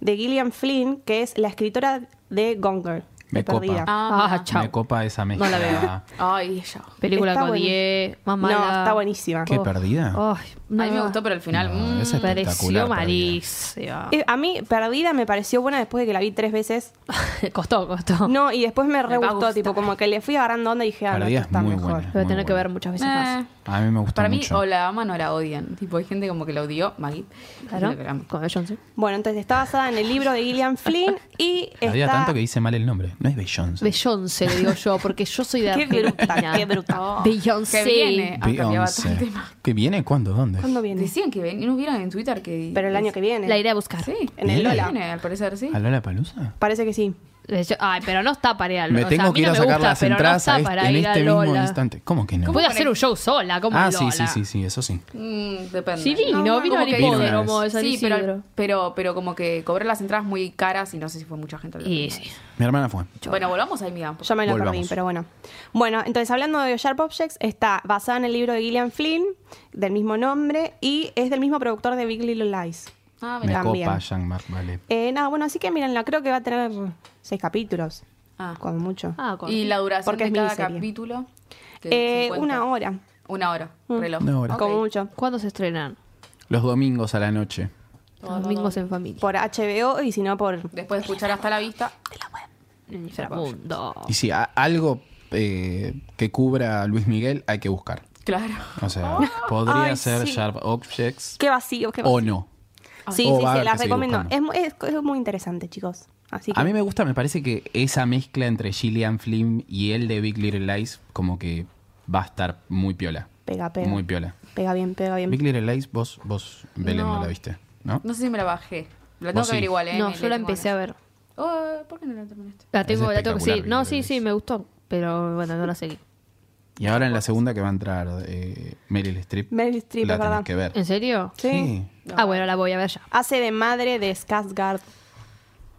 S4: de Gillian Flynn, que es la escritora de Gonger.
S1: Me copa.
S3: Ah, chao.
S1: Me copa esa mezcla.
S2: No la veo. Ay, ella.
S3: Película
S4: Está
S3: con
S4: buenísimo.
S3: 10, más
S4: No,
S3: mala.
S4: está buenísima.
S3: Oh.
S4: Qué
S1: perdida.
S3: Ay, no.
S2: A mí me gustó, pero al final.
S1: No,
S2: mm,
S1: esa es espectacular,
S3: Pareció
S1: perdida.
S2: Ah.
S3: malísima.
S4: Eh, a mí, Perdida me pareció buena después de que la vi tres veces.
S3: costó, costó.
S4: No, y después me re
S2: Ah. va a
S4: gustó,
S2: gustar.
S4: tipo, como que le fui agarrando onda y dije, ah, no,
S1: Perdida
S4: esto
S1: es
S4: está
S1: muy
S4: mejor.
S1: buena.
S3: Lo voy a
S1: Muy
S3: tener que
S1: bueno.
S3: ver muchas veces más.
S2: eh,
S1: A mí me gustó
S2: Para mí,
S1: mucho.
S2: o la aman o la odian. Tipo, hay gente como que la odió, Maggie. Gente que la ama.
S3: Claro, con Beyoncé.
S4: Bueno, entonces está basada en el libro de Gillian Flynn y
S1: La odia
S4: está-
S1: tanto que dice mal el nombre. No es Beyoncé.
S3: Beyoncé, le digo yo, porque yo soy de
S4: Qué bruta,
S3: Argentina.
S4: qué bruta.
S3: Beyoncé.
S2: Que viene. Ah, cambiaba todo el
S1: Beyoncé.
S2: tema.
S1: ¿Qué viene? ¿Cuándo? ¿Dónde?
S4: ¿Cuándo viene?
S2: Decían que ven, no vieron en Twitter que.
S4: Pero el año que viene.
S3: La iré a buscar.
S2: Sí.
S4: En el
S2: Viene,
S1: Lola.
S2: viene, al parecer sí.
S1: ¿A Lola Palusa?
S4: Parece que sí.
S3: Eh, yo- Ay, pero no está para ir al
S1: Me
S3: o sea,
S1: tengo
S3: a mí
S1: que ir
S3: no
S1: a
S3: me
S1: sacar
S3: gusta,
S1: las
S3: pero no
S1: entradas
S3: está
S1: a este-
S3: para
S1: en
S3: ir a
S1: este mismo
S3: Lola.
S1: instante. ¿Cómo que no?
S3: Pude
S2: ¿Cómo
S3: hacer un show sola, como
S1: Ah,
S3: Lola.
S1: sí, sí, sí, sí, eso sí.
S2: Mm, depende.
S3: Sí, no,
S4: No,
S3: vino
S4: como
S3: al
S2: que-
S3: hipódromo
S1: Vino
S3: de San
S2: Sí,
S3: Isidro.
S2: pero, pero, pero como que cobrar las entradas muy caras y no sé si fue mucha gente. la
S3: Y
S2: primera
S3: sí.
S2: vez.
S1: Mi hermana fue.
S2: Bueno, volvamos a Amy Adams.
S4: Yo me lo perdí,
S1: Volvamos.
S4: pero bueno. Bueno, entonces hablando de Sharp Objects, está basada en el libro de Gillian Flynn, del mismo nombre, y es del mismo productor de Big Little Lies.
S2: Ah,
S1: Me
S2: mira.
S4: También.
S1: copa Jean-Marc Vale.
S4: Eh, nada, bueno, así que mírenla, creo que va a tener seis capítulos,
S2: Ah.
S4: cuando mucho.
S3: Ah, con-
S2: Y la duración
S4: Porque
S2: de
S4: es
S2: cada
S4: miniserie.
S2: capítulo. que
S4: Eh,
S2: 50.
S4: una hora, Mm.
S2: Una hora. Reloj.
S1: Una hora.
S2: Ok.
S4: como mucho.
S3: ¿Cuándo se estrenan?
S1: Los domingos a la noche.
S3: Los domingos en familia.
S4: Por HBO y si no por...
S2: Después de escuchar hasta la vista.
S3: En Inframundo.
S1: Y si a- algo eh, que cubra a Luis Miguel hay que buscar.
S2: Claro.
S1: O sea,
S2: Ah,
S1: podría
S4: Ay,
S1: ser
S4: sí.
S1: Sharp Objects
S4: Qué vacío, qué vacío.
S1: o Oh, no.
S4: Sí,
S1: O
S4: sí,
S1: va a
S4: sí,
S1: haber
S4: las
S1: que seguir
S4: recomiendo.
S1: buscando.
S4: Es muy, es- es muy interesante, chicos. Así que,
S1: A mí me gusta, me parece que esa mezcla entre Gillian Flynn y él de Big Little Lies como que va a estar muy piola.
S4: Pega, pega.
S1: Muy piola.
S4: Pega bien, pega bien.
S1: Big Little Lies, vos, vos Belén, no.
S2: No.
S1: la viste, ¿no?
S2: No sé si me la bajé. La tengo
S1: Vos
S2: que ver
S1: sí.
S2: igual, ¿eh?
S3: No,
S2: Le-
S3: yo
S2: le
S3: la
S2: tengo
S3: empecé a
S2: ganas.
S3: ver.
S2: Oh, ¿Por qué no la terminaste?
S3: La tengo,
S1: Es
S3: la tengo que sí.
S1: espectacular,
S3: No,
S1: Big
S3: sí,
S1: Little
S3: sí,
S1: Lies.
S3: me gustó. Pero bueno, no la seguí.
S1: Y ahora en la segunda que va a entrar eh, Meryl Streep.
S4: Meryl Streep,
S1: la
S4: es
S1: tenés
S4: verdad.
S1: que ver.
S3: ¿En serio?
S4: Sí.
S1: Sí.
S3: Ah, bueno, la voy a ver ya.
S4: Hace de madre de Skarsgård.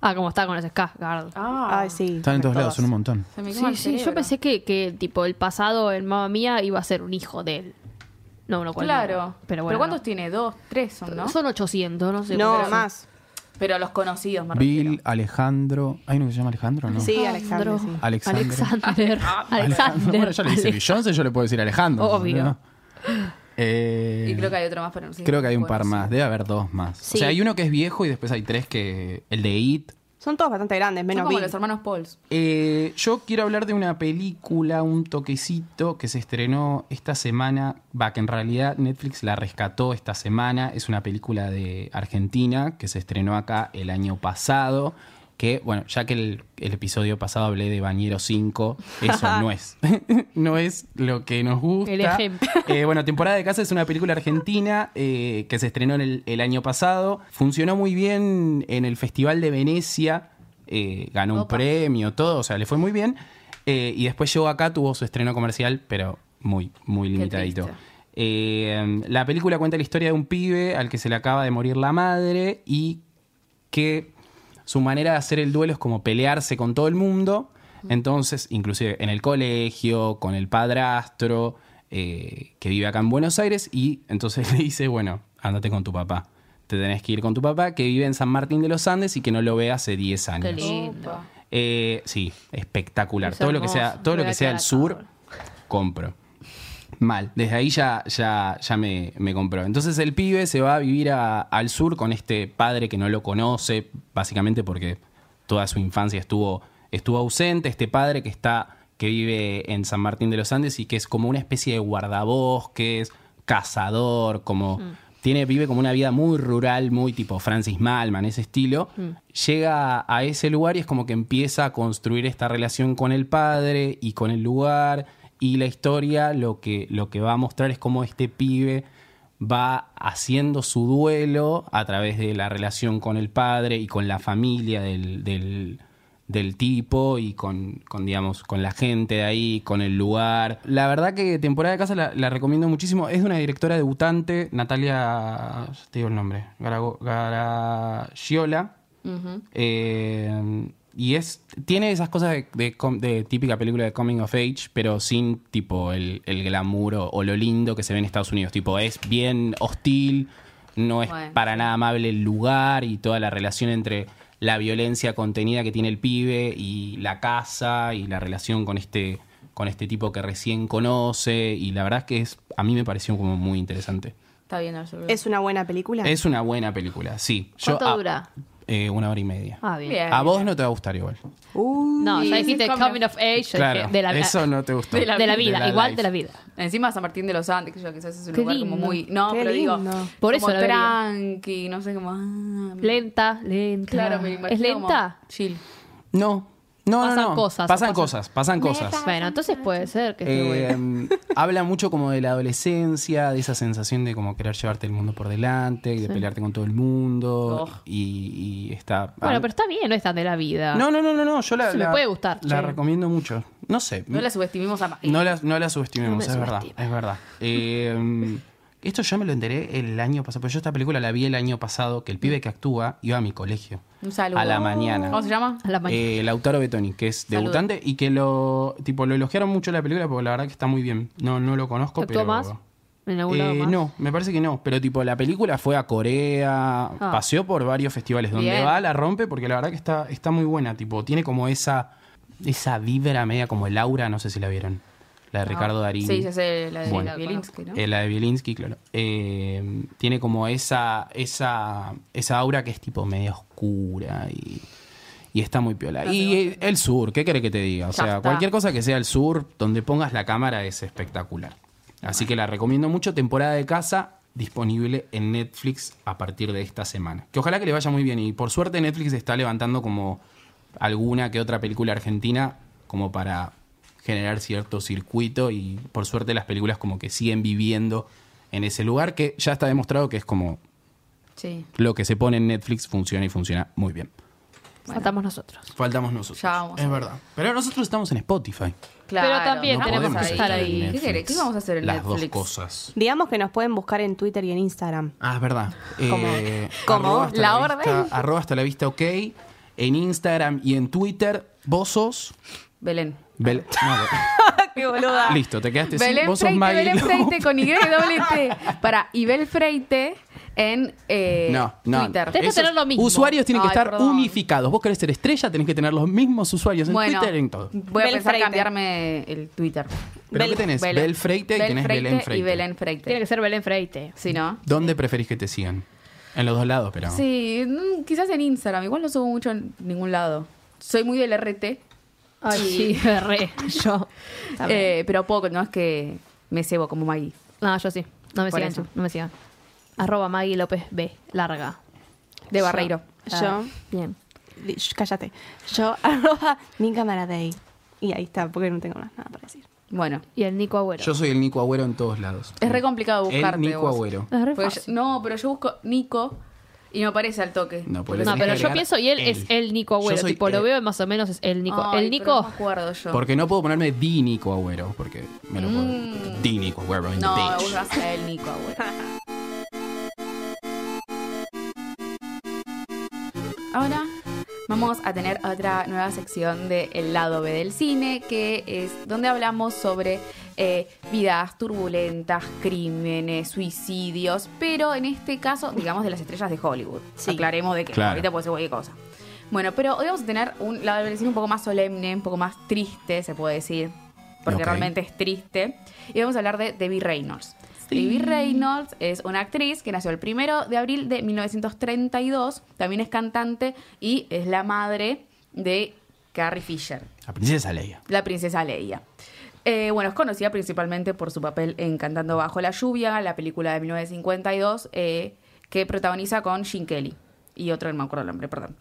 S3: Ah, como está con los Skarsgård.
S2: Ah,
S4: Ay, sí.
S1: Están en todos lados, son un montón.
S2: Se me quema
S3: Sí,
S2: el
S3: sí, yo
S2: cerebro.
S3: pensé que, que tipo el pasado en Mamma Mía iba a ser un hijo de él. No, uno cualquiera.
S2: Claro.
S3: Pero
S2: Pero,
S3: bueno.
S2: ¿cuántos tiene? Dos, tres son,
S3: no?
S2: ¿no?
S3: Son 800, no sé.
S4: No,
S3: cuántos
S4: más.
S2: Pero los conocidos, me
S1: Bill,
S2: refiero.
S1: Alejandro. ¿Hay uno que se llama Alejandro? No.
S4: Sí,
S3: son.
S4: Alexander, sí.
S1: Alexandro.
S3: Alexander. Alexander.
S1: Bueno, yo le hice Beyoncé, yo le puedo decir Alejandro.
S3: Obvio.
S1: ¿no? Eh,
S2: Y creo que hay otro más, pero no sé.
S1: creo que hay un par
S2: Conocido.
S1: más, debe haber dos más.
S4: Sí.
S1: O sea, hay uno que es viejo y después hay tres que... El de It.
S4: Son todos bastante grandes,
S2: Son
S4: menos
S2: como
S4: Bill.
S2: los hermanos Pauls.
S1: Eh, yo quiero hablar de una película, un toquecito que se estrenó esta semana, va, que en realidad Netflix la rescató esta semana, es una película de Argentina que se estrenó acá el año pasado, que bueno, ya que el, el episodio pasado hablé de Bañero 5, eso no es, no es lo que nos gusta.
S3: El ejemplo.
S1: Eh, bueno, Temporada de Casa es una película argentina eh, que se estrenó en el, el año pasado. Funcionó muy bien en el Festival de Venecia. eh, ganó un
S2: Opa.
S1: premio, todo. O sea, le fue muy bien. Eh, y después llegó acá, tuvo su estreno comercial, pero muy, muy limitadito.
S2: triste.
S1: Eh, la película cuenta la historia de un pibe al que se le acaba de morir la madre y que su manera de hacer el duelo es como pelearse con todo el mundo. Entonces, inclusive en el colegio, con el padrastro, eh, que vive acá en Buenos Aires, y entonces le dice, bueno, ándate con tu papá. Te tenés que ir con tu papá, que vive en San Martín de los Andes y que no lo ve hace 10 años.
S3: Qué lindo.
S2: Opa.
S1: Eh, sí, espectacular.
S3: Es
S1: todo lo que
S3: hermoso.
S1: sea, todo lo
S3: Voy a
S1: que sea el
S3: quedar
S1: sur,
S3: acá
S1: compro. Mal. Desde ahí ya, ya, ya me, me compró. Entonces el pibe se va a vivir a- al sur con este padre que no lo conoce, básicamente porque toda su infancia estuvo, estuvo ausente. Este padre que está, que vive en San Martín de los Andes y que es como una especie de guardabosques, cazador, como tiene, vive como una vida muy rural, muy tipo Francis Malman, ese estilo. Llega a ese lugar y es como que empieza a construir esta relación con el padre y con el lugar. Y la historia lo que, lo que va a mostrar es cómo este pibe va haciendo su duelo a través de la relación con el padre y con la familia del, del- del tipo y con, con, digamos, con la gente de ahí, con el lugar. La verdad que temporada de casa la, la recomiendo muchísimo. Es de una directora debutante, Natalia, ya te digo el nombre, Garago- Garagiola. Eh, y es tiene esas cosas de, de com- de típica película de coming of age, pero sin tipo el, el glamour o, o lo lindo que se ve en Estados Unidos. Tipo, es bien hostil, no es
S2: Bueno.
S1: para nada amable el lugar y toda la relación entre la violencia contenida que tiene el pibe y la casa y la relación con este con este tipo que recién conoce y la verdad es que es a mí me pareció como muy interesante.
S2: Está bien, absoluto.
S4: ¿Es una buena película?
S1: Es una buena película, sí.
S3: ¿Cuánto
S1: ah,
S3: dura?
S1: eh, una hora y media.
S3: Ah, bien.
S2: Bien.
S1: A vos no te va a gustar igual.
S4: Uh,
S3: No,
S2: Y
S3: ya dijiste
S2: decís
S3: Coming of Age. yo
S1: Claro,
S3: dije, de la,
S1: eso no te gustó.
S3: de la, vida, igual de la vida.
S2: Encima San Martín de los Andes, que yo quizás es un
S3: Qué
S2: lugar
S3: lindo.
S2: como muy. No,
S4: Qué
S2: pero digo.
S4: lindo.
S3: Por
S2: como
S3: eso la vería.
S2: tranqui, no sé cómo. ah,
S3: Lenta, lenta.
S2: Claro, me imagino
S3: ¿Es lenta?
S2: como Chill.
S1: No, no,
S3: Pasan
S1: no, no.
S3: cosas,
S1: Pasan
S3: pasan-
S1: cosas, pasan cosas.
S3: Bueno, entonces puede ser que esté
S1: Eh,
S3: buena.
S1: habla mucho como de la adolescencia, de esa sensación de como querer llevarte el mundo por delante y de pelearte con todo el mundo.
S2: Oh.
S1: Y, y está.
S3: Bueno, pero está bien, no es tan de la vida.
S1: ah. No, no, no, no, no. Yo la,
S3: Se me
S1: la-
S3: puede gustar,
S1: La
S3: che.
S1: recomiendo mucho. No sé.
S2: No la subestimimos a
S1: No la, no la subestimemos,
S3: No me
S1: es verdad,
S3: subestimes.
S1: es verdad. Eh, esto yo me lo enteré el año pasado, porque yo esta película la vi el año pasado, que el pibe que actúa iba a mi colegio.
S2: Un saludo.
S1: A la mañana.
S2: ¿Cómo se llama?
S3: A la mañana.
S1: Eh, Lautaro Betoni, que es
S2: Saludos.
S1: debutante y que lo tipo lo elogiaron mucho la película porque la verdad que está muy bien. No, no lo conozco,
S3: ¿Actúa
S1: pero.
S3: más? ¿En algún lado
S1: Eh,
S3: más?
S1: No, me parece que no. Pero tipo, la película fue a Corea,
S3: Ah.
S1: paseó por varios festivales. Donde
S2: Bien.
S1: va, la rompe, porque la verdad que está, está muy buena. Tipo, tiene como esa, esa vibra media como el aura, no sé si la vieron. La de Ricardo Darín.
S2: Ah. Sí, ya sé, la de
S1: Bueno.
S2: la Bielinski, ¿no?
S1: Eh, la de Bielinski, claro. Eh, tiene como esa, esa, esa aura que es tipo media oscura y, y está muy piola. y eh, el sur, ¿qué querés que te diga? O
S2: Ya
S1: sea,
S2: está.
S1: cualquier cosa que sea el sur, donde pongas la cámara es espectacular. Así que la recomiendo mucho. Temporada de casa disponible en Netflix a partir de esta semana. Que ojalá que le vaya muy bien. Y por suerte Netflix está levantando como alguna que otra película argentina como para generar cierto circuito y por suerte las películas como que siguen viviendo en ese lugar que ya está demostrado que es como
S2: Sí.
S1: lo que se pone en Netflix funciona y funciona muy bien.
S3: Faltamos nosotros.
S1: Faltamos nosotros.
S2: Ya vamos
S1: es
S2: a ver.
S1: verdad. Pero nosotros estamos en Spotify.
S2: Claro.
S3: Pero también
S2: No
S3: tenemos
S2: podemos
S3: que estar ahí.
S1: en
S2: ¿Qué
S1: Netflix.
S2: querés? ¿Qué vamos a hacer en
S1: Las
S2: Netflix?
S1: dos cosas.
S4: Digamos que nos pueden buscar en Twitter y en Instagram.
S1: Ah, es verdad. Eh,
S4: ¿Cómo?
S1: arroba hasta
S2: ¿La
S1: vista-
S2: orden?
S1: arroba hasta la vista, ok. En Instagram y en Twitter, vos sos...
S2: Belén.
S1: Bel- no, Bel-
S4: ¡Qué boluda!
S1: Listo, te quedaste sin...
S2: Belén
S1: Vos sos
S2: Freite,
S1: Maggie
S2: Belén
S1: Lobo.
S2: Freite con Y doble T. Para Ibel Freite en eh,
S1: No, no.
S2: Twitter.
S3: Tenés que
S1: Esos
S3: tener lo mismo.
S1: Usuarios tienen que
S2: Ay,
S1: estar
S2: perdón.
S1: unificados. Vos querés ser estrella, tenés que tener los mismos usuarios en
S2: Bueno,
S1: Twitter y en todo.
S2: voy a
S4: Bel
S2: pensar
S4: Freite.
S2: cambiarme el Twitter.
S1: ¿Pero
S4: Bel-
S1: qué tenés? Bel, Freite y
S2: Bel
S1: tenés Belén Freite.
S2: y Belén Freite.
S3: Tiene que ser Belén Freite.
S2: Si no.
S1: ¿Dónde preferís que te sigan? En los dos lados, pero...
S2: Sí, mm, quizás en Instagram. Igual no subo mucho en ningún lado. Soy muy del RT,
S3: Ay, sí, re. Yo. Eh,
S2: eh, pero poco, no es que me cebo como Maggie.
S3: no, yo sí. No me
S2: Por
S3: sigan,
S2: eso.
S3: yo, no me sigan. Arroba Maggie López B. Larga. Ah,
S2: De Barreiro. Ah.
S4: Yo,
S3: Bien.
S4: li- sh- cállate. Yo, arroba mi cámara de ahí. Y ahí está, porque no tengo más nada para decir.
S2: Bueno.
S3: Y el Nico Agüero.
S1: Yo soy el Nico Agüero en todos lados.
S2: Es re complicado buscarte.
S1: El Nico
S2: vos.
S1: Agüero.
S3: Es re
S2: Porque
S3: fácil.
S2: Pues yo- no, pero yo busco Nico y me aparece al toque.
S1: No, pues le
S3: no,
S1: tenés
S3: pero
S1: que
S3: yo
S1: agregar
S3: pienso y él, es el Nico Agüero.
S1: Yo soy
S3: tipo, lo
S1: él.
S3: veo y más o menos es el Nico. el
S2: Ay, pero
S3: Nico.
S2: No me acuerdo yo.
S1: Porque no puedo ponerme Di Nico Agüero, porque me lo puedo. Di Nico Agüero in
S2: Mm. no,
S1: the
S2: vos
S1: bitch.
S2: vas a ser el Nico Agüero. Ahora vamos a tener otra nueva sección de El lado B del cine, que es donde hablamos sobre eh, vidas turbulentas, crímenes, suicidios, pero en este caso, digamos, de las estrellas de Hollywood.
S4: Sí.
S2: Aclaremos de que
S1: Claro.
S2: ahorita puede ser cualquier cosa. Bueno, pero hoy vamos a tener un lado B del cine un poco más solemne, un poco más triste, se puede decir, porque
S1: Ok.
S2: realmente es triste. Y vamos a hablar de Debbie Reynolds. Debbie Reynolds es una actriz que nació el primero de abril de 1932. También es cantante y es la madre de Carrie Fisher,
S1: La princesa Leia.
S2: la princesa Leia. Eh, bueno, es conocida principalmente por su papel en Cantando Bajo la Lluvia, la película de 1952, eh, que protagoniza con Gene Kelly. Y otro, no me acuerdo el nombre, perdón.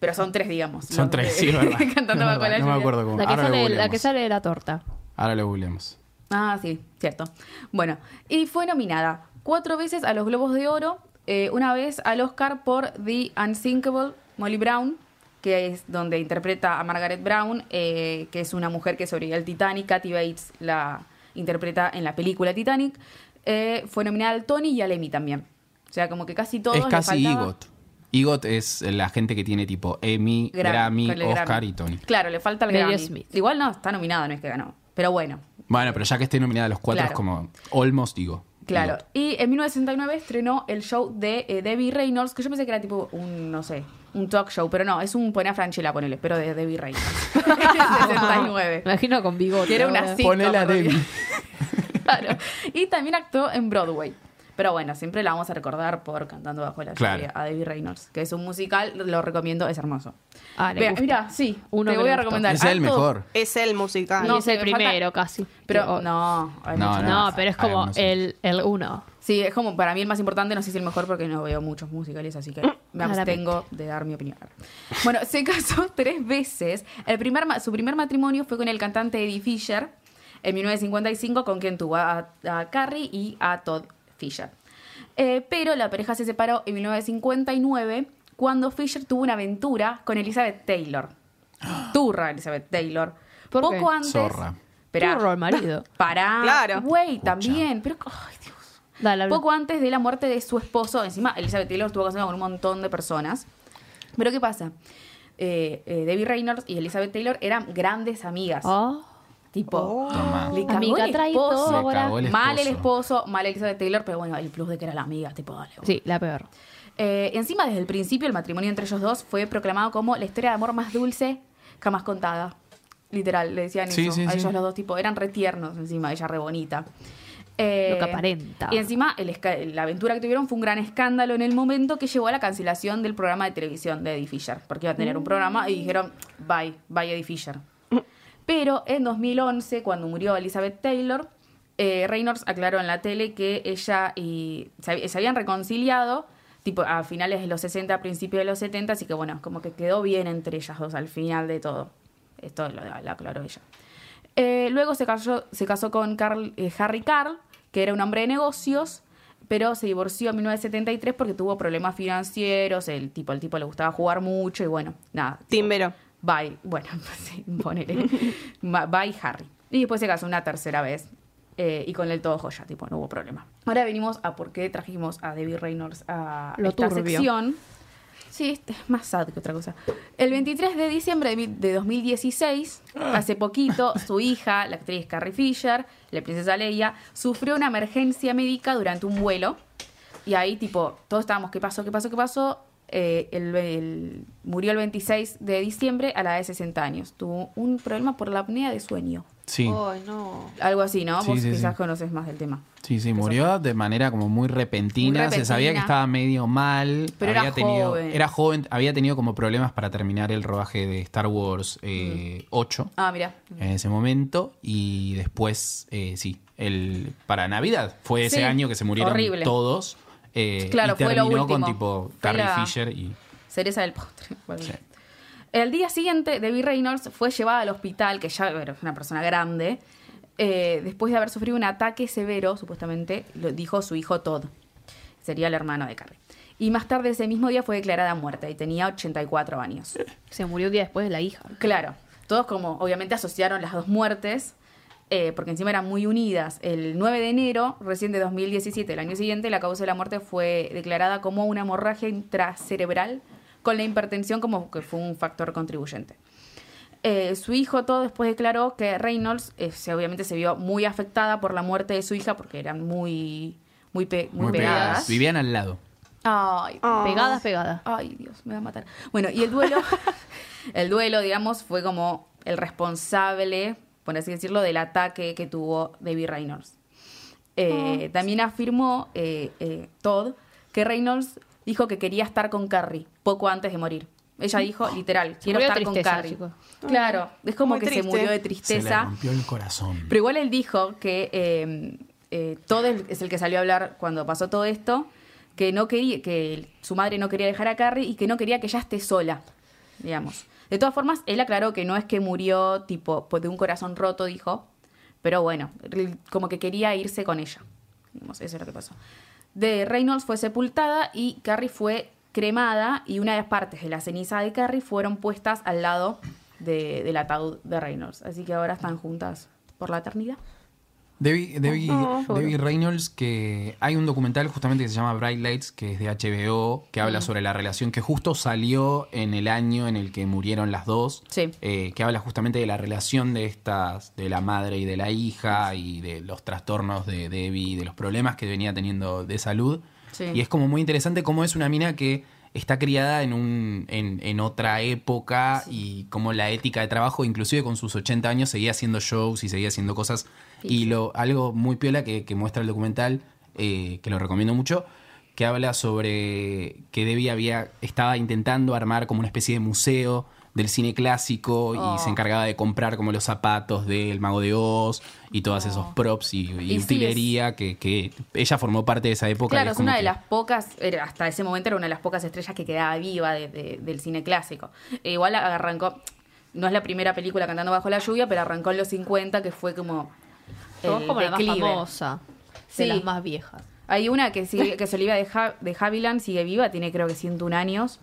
S2: Pero son tres, digamos.
S1: Son
S2: los
S1: tres,
S2: de-
S1: sí, es verdad.
S2: Cantando
S1: Es
S2: Bajo
S1: verdad,
S2: la
S1: no me
S2: Lluvia.
S1: acuerdo cómo.
S3: La que,
S1: Ahora lo
S3: sale, la que
S1: googleamos.
S3: sale de la torta.
S1: Ahora lo googleamos.
S2: Ah, sí, cierto. Bueno, y fue nominada cuatro veces a los Globos de Oro, eh, una vez al Oscar por The Unthinkable Molly Brown, que es donde interpreta a Margaret Brown, eh, que es una mujer que sobrevivió al Titanic. Kathy Bates la interpreta en la película Titanic. Eh, fue nominada al Tony y al Emmy también. O sea, como que casi todos.
S1: es
S2: le
S1: casi
S2: faltaba-
S1: EGOT. EGOT es la gente que tiene tipo Emmy, Grammy,
S2: con el
S1: Oscar
S2: Grammy.
S1: y Tony.
S2: Claro, le falta el
S3: Meryl
S2: Grammy.
S3: Smith.
S2: Igual no, está nominada, no es que ganó. Pero bueno,
S1: Bueno, pero ya que esté nominada a los cuatro
S2: Claro.
S1: es como almost digo.
S2: Claro.
S1: EGOT.
S2: Y en 1969 estrenó el show de eh, Debbie Reynolds, que yo pensé que era tipo un, no sé, un talk show, pero no, es un buena franchela, ponele, pero de Debbie Reynolds. 69.
S3: Me imagino con bigote.
S2: Quiero
S3: ahora.
S2: una sitcom,
S1: Ponela
S2: en realidad.
S1: Debbie.
S2: claro. Y también actuó en Broadway. Pero bueno, siempre la vamos a recordar por Cantando Bajo la Lluvia
S1: Claro.
S2: a Debbie Reynolds, que es un musical, lo recomiendo, es hermoso.
S3: Ah, le
S2: Vea,
S3: gusta.
S2: mira, sí,
S3: Uno
S2: te
S3: que
S2: voy
S3: le
S2: a
S3: gustó.
S2: recomendar.
S1: Es el
S2: Harto-
S1: mejor.
S4: Es el musical.
S3: Y
S2: No,
S3: es el
S2: me falta-
S3: primero casi.
S2: Pero
S3: Pero-
S2: no, hay
S1: No,
S2: mucho
S1: no.
S2: más.
S3: No, pero es
S1: Hay
S3: como
S1: unos-
S3: el, el uno.
S2: Sí, es como para mí el más importante, no sé si el mejor porque no veo muchos musicales, así que me
S3: Claramente.
S2: abstengo de dar mi opinión. Bueno, se casó tres veces. El primer, ma- su primer matrimonio fue con el cantante Eddie Fisher en 1955, con quien tuvo a, a Carrie y a Todd Fisher. Eh, pero la pareja se separó en 1959 cuando Fisher tuvo una aventura con Elizabeth Taylor. Turra Elizabeth Taylor.
S3: ¿Por
S2: Poco
S3: qué?
S2: antes.
S1: Zorra.
S2: Esperá.
S3: Turro al marido.
S2: Pará.
S4: Claro.
S2: Güey, también. Pero, ay, Dios.
S3: Dale, habla.
S2: Poco antes de la muerte de su esposo, encima Elizabeth Taylor estuvo casada con un montón de personas. Pero ¿qué pasa? Eh, eh, Debbie Reynolds y Elizabeth Taylor eran grandes amigas.
S3: Oh.
S2: Tipo,
S1: Tomá.
S2: le cagó
S3: Amiga
S2: el
S1: todo.
S2: esposo.
S1: Le cagó el
S2: Mal el
S1: esposo.
S2: esposo, mal Elizabeth Taylor, pero bueno, el plus de que era la amiga, tipo, dale. vos.
S3: Sí, la peor.
S2: Eh, encima, desde el principio, el matrimonio entre ellos dos fue proclamado como la historia de amor más dulce jamás contada. Literal, le decían
S1: Sí,
S2: eso.
S1: sí,
S2: a
S1: sí.
S2: ellos los dos, tipo, eran retiernos encima, ella re bonita. Eh,
S3: Lo que aparenta.
S2: Y encima, el esca- la aventura que tuvieron fue un gran escándalo en el momento que llevó a la cancelación del programa de televisión de Eddie Fisher, porque iba a tener
S3: Mm.
S2: un programa y dijeron, bye, bye Eddie Fisher. Pero en 2011, cuando murió Elizabeth Taylor, eh, Reynolds aclaró en la tele que ella y se, hab- se habían reconciliado tipo a finales de los 60, a principios de los 70, así que bueno, como que quedó bien entre ellas dos al final de todo. Esto lo, lo aclaró ella. Eh, luego se casó, se casó con Carl- eh, Harry Carl, que era un hombre de negocios, pero se divorció en 1973 porque tuvo problemas financieros, el tipo, el tipo le gustaba jugar mucho y bueno, nada,
S4: Timbero.
S2: Bye, bueno, pues sí, ponele. Ma- Bye, Harry. Y después se casó una tercera vez. eh, y con él todo joya, tipo, no hubo problema. Ahora venimos a por qué trajimos a Debbie Reynolds a
S3: Lo
S2: esta
S3: turbio.
S2: sección. Sí, este es más sad que otra cosa. El 23 de diciembre de mi- de 2016,
S3: Ah.
S2: hace poquito, su hija, la actriz Carrie Fisher, la princesa Leia, sufrió una emergencia médica durante un vuelo. Y ahí, tipo, todos estábamos, ¿qué pasó? ¿Qué pasó? ¿Qué pasó? Eh, el, el- murió el 26 de diciembre a la edad de 60 años. Tuvo un problema por la apnea de sueño.
S1: Sí.
S4: no.
S2: Algo así, ¿no?
S1: Sí,
S2: Vos
S1: sí,
S2: quizás
S1: sí.
S2: conoces más del tema.
S1: Sí, sí, murió de manera como muy repentina.
S2: Muy
S1: Se sabía que
S2: repentina.
S1: estaba medio mal.
S2: Pero
S1: había
S2: era
S1: tenido,
S2: joven.
S1: Era joven, había tenido como problemas para terminar el rodaje de Star Wars eh, 8
S2: Ah, mira.
S1: en ese momento. Y después, eh, sí, el, para Navidad. Fue ese
S2: Sí,
S1: año que se murieron
S2: horrible.
S1: todos. eh,
S2: Claro,
S1: y
S2: fue lo
S1: terminó con
S2: último.
S1: tipo
S2: Fue
S1: Carrie
S2: la-
S1: Fisher y.
S2: Cereza del postre. Bueno.
S1: Sí.
S2: El día siguiente, Debbie Reynolds fue llevada al hospital, que ya era una persona grande, eh, después de haber sufrido un ataque severo, supuestamente, lo dijo su hijo Todd. Sería el hermano de Carrie. Y más tarde ese mismo día fue declarada muerta y tenía 84 años.
S3: Se murió un día después de la hija.
S2: Claro, todos como obviamente asociaron las dos muertes, eh, porque encima eran muy unidas. El 9 de enero, recién de 2017, el año siguiente, la causa de la muerte fue declarada como una hemorragia intracerebral con la hipertensión como que fue un factor contribuyente. Eh, su hijo todo después declaró que Reynolds eh, se- obviamente se vio muy afectada por la muerte de su hija porque eran muy, muy, pe- muy, pegadas.
S1: Vivían al lado.
S2: Ay,
S1: Ah.
S3: Pegadas, pegadas.
S2: Ay, Dios, me va a matar. Bueno, y el duelo, el duelo, digamos, fue como el responsable, por así decirlo, del ataque que tuvo David Reynolds.
S5: Ah,
S2: Eh, También afirmó eh, eh, Todd que Reynolds dijo que quería estar con Carrie poco antes de morir. Ella dijo, literal, quiero
S5: murió
S2: estar
S5: de tristeza,
S2: con Carrie.
S5: chicos.
S2: Claro, es como
S4: Muy
S2: que se
S4: triste.
S2: murió de
S1: Se le
S2: tristeza.
S1: rompió el corazón.
S2: Pero igual él dijo que eh, eh, todo el- es el que salió a hablar cuando pasó todo esto, que no quería, que su madre no quería dejar a Carrie y que no quería que ella esté sola, digamos. De todas formas, él aclaró que no es que murió tipo pues, de un corazón roto, dijo, pero bueno, re- como que quería irse con ella. Digamos, eso es lo que pasó. De Reynolds fue sepultada y Carrie fue cremada y una de las partes de la ceniza de Carrie fueron puestas al lado de- del ataúd de Reynolds. Así que ahora están juntas por la eternidad.
S1: Debbie, Debbie-
S4: No,
S1: Debbie Reynolds, que hay un documental justamente que se llama Bright Lights, que es de HBO, que habla sobre la relación que justo salió en el año en el que murieron las dos,
S2: Sí.
S1: eh, que habla justamente de la relación de estas, de la madre y de la hija, y de los trastornos de Debbie, de los problemas que venía teniendo de salud.
S2: Sí.
S1: Y es como muy interesante cómo es una mina que está criada en, un, en, en otra época y cómo la ética de trabajo, inclusive con sus 80 años, seguía haciendo shows y seguía haciendo cosas. Y lo, algo muy piola que, que muestra el documental, eh, que lo recomiendo mucho, que habla sobre que Debbie había, estaba intentando armar como una especie de museo del cine clásico
S2: Oh.
S1: y se encargaba de comprar como los zapatos del Mago de Oz y todas esos props y, y
S2: Oh. Y sí, es-
S1: utilería que, que ella formó parte de esa época. y
S2: Claro, es
S1: como
S2: una de
S1: que-
S2: las pocas, era- hasta ese momento era una de las pocas estrellas que quedaba viva de- de- del cine clásico. E igual arrancó, no es la primera película cantando bajo la lluvia, pero arrancó en los 50, que fue como el
S3: Somos como la más
S2: declive.
S3: famosa.
S2: Sí.
S3: De las más viejas.
S2: Hay una que, sigue, que se olvida de, Ja- de Haviland, sigue viva, tiene creo que 101 años,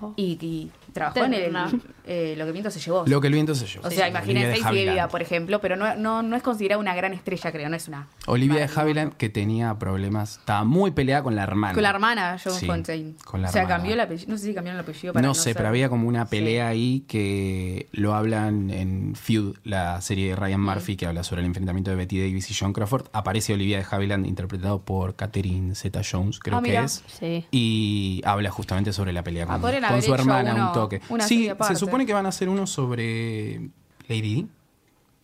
S4: Oh.
S2: y, y trabajó en
S3: Terna.
S2: el... eh, lo que miento se llevó.
S1: Lo que el viento se llevó.
S2: o sea,
S1: Olivia
S2: imagínense,
S1: de
S2: y sigue
S1: Havilland.
S2: viva, por ejemplo, pero no, no, no es considerada una gran estrella, creo, no es una...
S1: Olivia de Havilland, que tenía problemas, estaba muy peleada con la hermana.
S2: Con la hermana, John
S1: Ah, Sí,
S2: Fontaine.
S1: con la
S2: o sea,
S1: hermana.
S2: cambió el apellido, no sé si cambiaron el apellido para
S1: No sé,
S2: ser-
S1: pero había como una
S2: Sí.
S1: pelea ahí que lo hablan en Feud, la serie de Ryan Murphy que habla sobre el enfrentamiento de Betty Davis y John Crawford. Aparece Olivia de Havilland interpretado por Catherine Zeta-Jones, creo
S2: Ah,
S1: que
S2: mira.
S1: es.
S5: Sí.
S1: Y habla justamente sobre la pelea
S2: Ah,
S1: con,
S2: podrían
S1: con
S2: haber
S1: su
S2: hecho
S1: hermana,
S2: uno-
S1: un toque.
S2: una
S1: Sí,
S2: serie
S1: se
S2: aparte.
S1: supone que van a hacer uno sobre Lady Di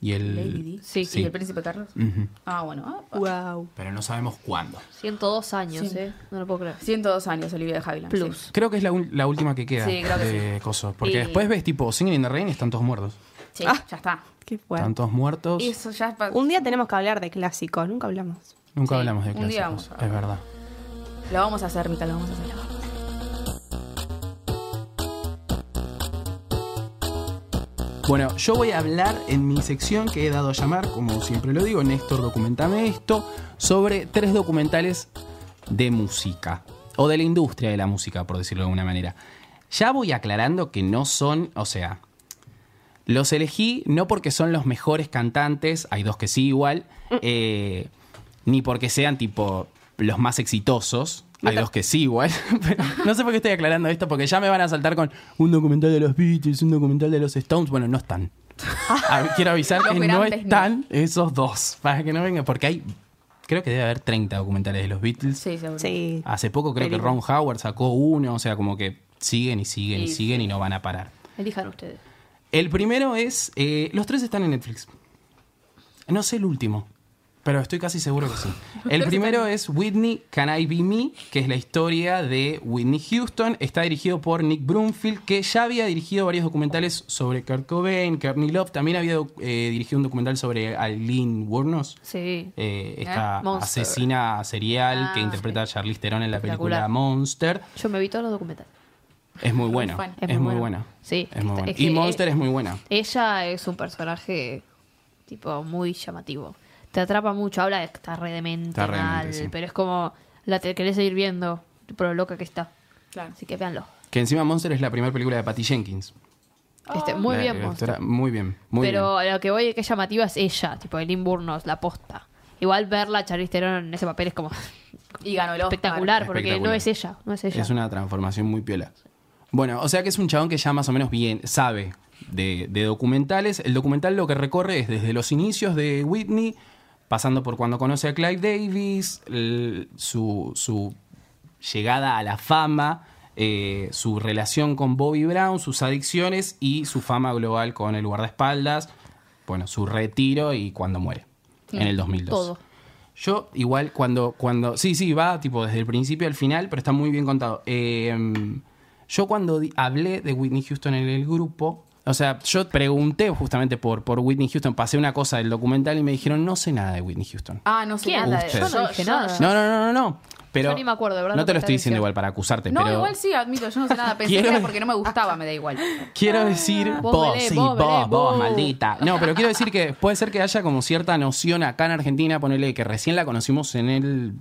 S1: y el... Mm.
S2: Lady Di.
S5: Sí,
S2: ¿Y el príncipe Carlos?
S1: Ujú.
S2: Ah, bueno. ah,
S4: Wow.
S1: Pero no sabemos cuándo.
S3: 102 años,
S2: Sí.
S3: ¿eh? No lo puedo creer.
S2: 102 años, Olivia de Havilland.
S3: Plus.
S2: sí.
S1: Creo que es la, ul- la última que queda
S2: Sí, creo que
S1: de coso, Porque
S2: Y-
S1: después ves tipo Singing in the Rain y están todos muertos.
S2: Sí, ya está.
S4: Qué fuerte.
S1: Están todos muertos.
S2: Eso ya es pa-
S4: Un día tenemos que hablar de clásicos, nunca hablamos.
S1: Nunca
S2: Sí,
S1: hablamos de
S2: un día
S1: clásicos.
S2: vamos a-
S1: Es verdad.
S2: Lo vamos a hacer, Mica, lo vamos a hacer. lo vamos a hacer.
S1: Bueno, yo voy a hablar en mi sección que he dado a llamar, como siempre lo digo, Néstor, documentame esto, sobre tres documentales de música o de la industria de la música, por decirlo de alguna manera. Ya voy aclarando que no son, o sea, los elegí no porque son los mejores cantantes, hay dos que sí igual,
S2: Mm.
S1: eh, ni porque sean tipo los más exitosos. Hay dos que sí, igual. Pero no sé por qué estoy aclarando esto, porque ya me van a saltar con un documental de los Beatles, un documental de los Stones. Bueno, no están. A- Quiero avisar
S2: Los
S1: que no
S2: grandes no.
S1: están esos dos. Para que no vengan, porque hay. Creo que debe haber 30 documentales de los Beatles.
S2: Sí, seguro.
S4: Sí.
S1: Hace poco creo que Ron
S4: Películas.
S1: Howard sacó uno, o sea, como que siguen y siguen y
S2: Sí,
S1: siguen y no van a parar.
S3: Elijan ustedes.
S1: El primero es. eh, los tres están en Netflix. No sé el último, pero estoy casi seguro que sí. El primero es Whitney Can I Be Me, que es la historia de Whitney Houston. Está dirigido por Nick Broomfield, que ya había dirigido varios documentales sobre Kurt Cobain, Courtney Love. También había doc- eh, dirigido un documental sobre Aileen Wuornos.
S3: Sí.
S1: eh, esta
S3: Monster.
S1: asesina serial que
S2: Ah,
S1: interpreta a Charlize Theron en la
S3: Espectacular.
S1: película Monster.
S3: Yo me vi todos los documentales.
S1: Es muy buena.
S2: fan.
S1: Es, muy buena.
S3: Sí.
S1: Es muy buena.
S3: Es que-
S1: y Monster es muy buena.
S3: Ella es un personaje, tipo, muy llamativo. Te atrapa mucho. Habla de que está re demente,
S1: Está re
S3: mal,
S1: demente, sí.
S3: pero es como, la te querés seguir viendo, pero lo loca que está.
S2: Claro.
S3: Así que véanlo.
S1: Que encima Monster es la primera película de Patty Jenkins.
S3: Este, muy
S1: La
S3: bien,
S1: directora-
S3: Monster.
S1: Muy bien, muy
S3: pero
S1: bien.
S3: a lo que voy es que es llamativa es ella, tipo, el Burnos, la posta. Igual verla a Charlize Theron en ese papel es como
S2: Y ganó el Oscar.
S3: espectacular, porque
S1: Espectacular.
S3: no es ella, no es ella.
S1: Es una transformación muy piola. Bueno, o sea que es un chabón que ya más o menos bien sabe de, de documentales. El documental lo que recorre es desde los inicios de Whitney, pasando por cuando conoce a Clive Davis, el- su, su llegada a la fama, eh, su relación con Bobby Brown, sus adicciones y su fama global con el guardaespaldas, bueno, su retiro y cuando muere, en el 2002.
S3: Todo.
S1: Yo igual cuando, cuando... Sí, sí, va tipo desde el principio al final, pero está muy bien contado. Eh, Yo cuando di- hablé de Whitney Houston en el grupo, o sea, yo pregunté justamente por, por Whitney Houston, pasé una cosa del documental y me dijeron, no sé nada de Whitney Houston.
S2: Ah, no sé
S6: ¿Quién?
S2: nada de
S1: Usted.
S2: eso.
S1: Yo
S6: no dije nada.
S1: No, no, no, no, no. Pero
S6: Ah. Yo ni me acuerdo, de verdad,
S1: No
S6: lo
S1: te
S6: que
S1: lo
S6: estás
S1: estoy diciendo
S6: diciendo.
S1: igual para acusarte,
S2: No,
S1: pero
S2: igual sí, admito, yo no sé nada. Pensé
S1: Quiero-
S2: que era porque no me gustaba, me da igual.
S1: quiero decir,
S2: Ah.
S6: Vos
S1: vos,
S6: velé,
S1: sí,
S6: vos
S1: vos,
S6: velé,
S1: vos,
S6: vos.
S1: maldita. No, pero quiero decir que puede ser que haya como cierta noción acá en Argentina, ponele que recién la conocimos en el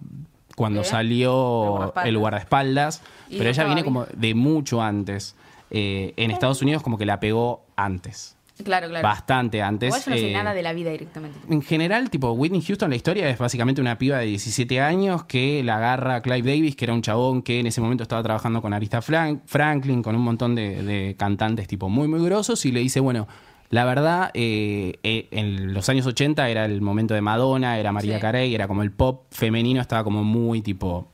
S1: cuando
S2: ¿Eh?
S1: salió
S2: El guardaespaldas.
S1: el guardaespaldas,
S2: Y
S1: pero
S2: no
S1: ella
S2: estaba
S1: viene
S2: bien.
S1: como de mucho antes. Eh, en Estados Unidos como que la pegó antes,
S2: Claro, claro.
S1: bastante antes.
S2: Igual yo no sé
S1: eh,
S2: nada de la vida directamente.
S1: en general, tipo, Whitney Houston, la historia es básicamente una piba de 17 años que la agarra a Clive Davis, que era un chabón que en ese momento estaba trabajando con Arista Frank- Franklin, con un montón de, de cantantes, tipo, muy, muy grosos, y le dice, bueno, la verdad, eh, eh, en los años 80 era el momento de Madonna, era María
S2: Sí.
S1: Carey, era como el pop femenino, estaba como muy, tipo,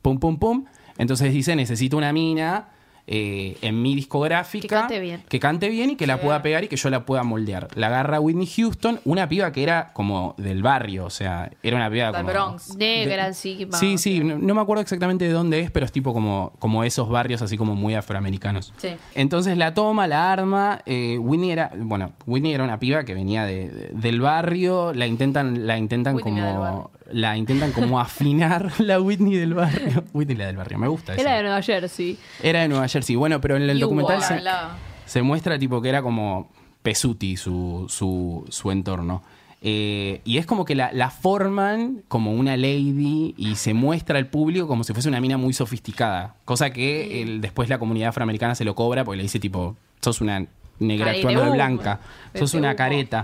S1: pum, pum, pum. Entonces dice, necesito una mina... eh, en mi
S6: Que
S1: discográfica
S6: cante bien.
S1: que cante bien y que la pueda pegar y que yo la pueda moldear. La agarra Whitney Houston, una piba que era como del barrio, o sea, era una piba
S2: Del
S1: como...
S2: Bronx.
S6: Negra,
S1: de-
S6: sí.
S1: Sí, sí, no, no me acuerdo exactamente de dónde es, pero es tipo como, como esos barrios así como muy afroamericanos.
S2: Sí.
S1: Entonces la toma, la arma, eh, Whitney era, bueno, Whitney era una piba que venía de- de- del barrio, la intentan, la intentan
S2: Whitney era del
S1: como, la intentan como afinar la Whitney del barrio. Whitney la del barrio, me gusta.
S3: Era
S1: esa.
S3: de Nueva Jersey.
S1: Era de Nueva Jersey. Bueno, pero en el
S6: Y hubo
S1: documental
S2: Hola,
S1: se,
S2: hola.
S1: se muestra tipo que era como Pesuti su, su, su entorno. Eh, y es como que la, la forman como una lady y se muestra al público como si fuese una mina muy sofisticada. Cosa que el- después la comunidad afroamericana se lo cobra porque le dice tipo, sos una negra
S6: Careta,
S1: actuando de
S6: uh,
S1: blanca, sos
S6: vete,
S1: una
S6: uh.
S1: careta.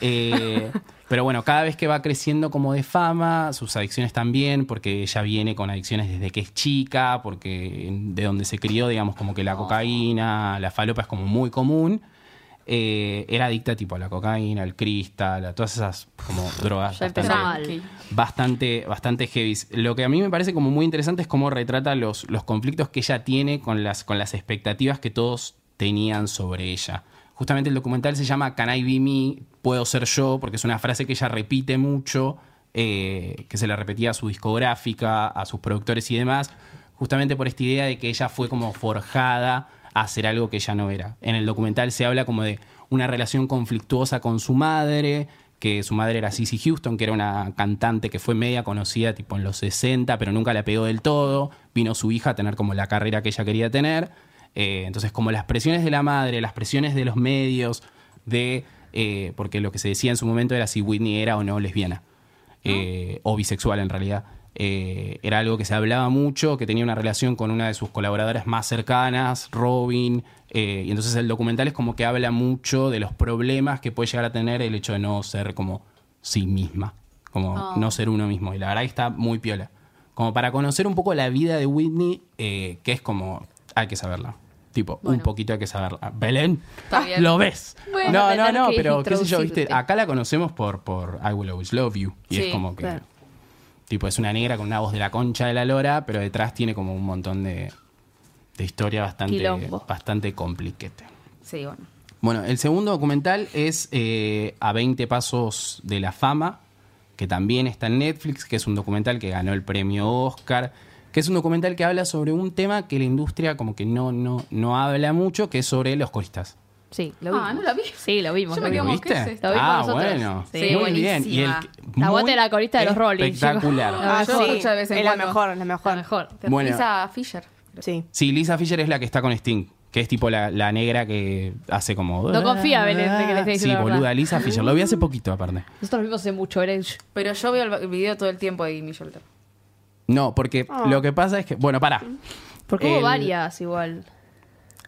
S1: Eh, pero bueno, cada vez que va creciendo como de fama, sus adicciones también, porque ella viene con adicciones desde que es chica, porque en- de donde se crió, digamos, como que la cocaína, la falopa es como muy común. Eh, era adicta tipo a la cocaína, al cristal, a todas esas como drogas
S6: Ya empezó
S1: bastante-
S6: mal.
S1: bastante, bastante heavy. Lo que a mí me parece como muy interesante es cómo retrata los, los conflictos que ella tiene con las, con las expectativas que todos tenían sobre ella. Justamente el documental se llama Can I Be Me? Puedo ser yo, porque es una frase que ella repite mucho, eh, que se la repetía a su discográfica, a sus productores y demás, justamente por esta idea de que ella fue como forjada a hacer algo que ella no era. En el documental se habla como de una relación conflictuosa con su madre, que su madre era Cissy Houston, que era una cantante que fue media conocida tipo en los 60, pero nunca la pegó del todo. Vino su hija a tener como la carrera que ella quería tener. Eh, entonces, como las presiones de la madre, las presiones de los medios, de eh, porque lo que se decía en su momento era si Whitney era o no lesbiana, eh, o bisexual en realidad. Eh, era algo que se hablaba mucho, que tenía una relación con una de sus colaboradoras más cercanas, Robin, eh, y entonces el documental es como que habla mucho de los problemas que puede llegar a tener el hecho de no ser como sí misma, como no ser uno mismo. Y la verdad que está muy piola. Como para conocer un poco la vida de Whitney, eh, que es como, hay que saberla. Tipo, un poquito hay que saberla. Belén,
S2: Está bien.
S1: lo ves.
S6: Bueno,
S1: no, no,
S6: tener
S1: no,
S6: que
S1: pero qué sé yo, viste,
S6: introducirte.
S1: acá la conocemos por, por I Will Always Love You. Y
S2: Sí,
S1: es como que,
S6: claro.
S1: tipo, es una negra con una voz de la concha de la lora, pero detrás tiene como un montón de, de historia bastante,
S6: Quilombo.
S1: bastante compliquete.
S2: Sí, bueno.
S1: Bueno, el segundo documental es eh, A 20 Pasos de la Fama, que también está en Netflix, que es un documental que ganó el premio Oscar, que es un documental que habla sobre un tema que la industria como que no, no, no habla mucho, que es sobre los coristas.
S6: Sí, lo vimos.
S2: Ah, ¿no la vi?
S6: Sí, lo vimos.
S2: Yo
S6: lo
S2: me
S6: vimos.
S2: quedé- ¿qué es esto?
S6: Lo vimos
S1: ah,
S6: nosotros.
S1: bueno.
S6: Sí,
S1: muy bien. Y el,
S2: buenísima.
S1: muy
S6: Aguante la corista de los Rolling, chicos.
S1: Espectacular.
S6: La
S4: Ah,
S2: yo
S4: sí,
S2: escucho de vez en
S4: es la
S2: cuando.
S4: mejor, es la mejor.
S6: Lo mejor.
S1: Bueno.
S2: Lisa Fisher.
S4: Sí.
S1: Sí, Lisa Fisher es la que está con Sting, que es tipo la, la negra que hace como...
S6: No confía, Belén, de que le esté
S1: Sí,
S6: diciendo la
S1: boluda,
S6: verdad.
S1: Lisa Fisher. Lo vi hace poquito, aparte.
S6: Nosotros vimos hace mucho, era el-
S2: Pero yo veo el va- video todo el tiempo de Amy Shelter.
S1: No, porque
S2: Ah.
S1: lo que pasa es que... Bueno, pará.
S6: Porque hubo
S1: El-
S6: varias igual.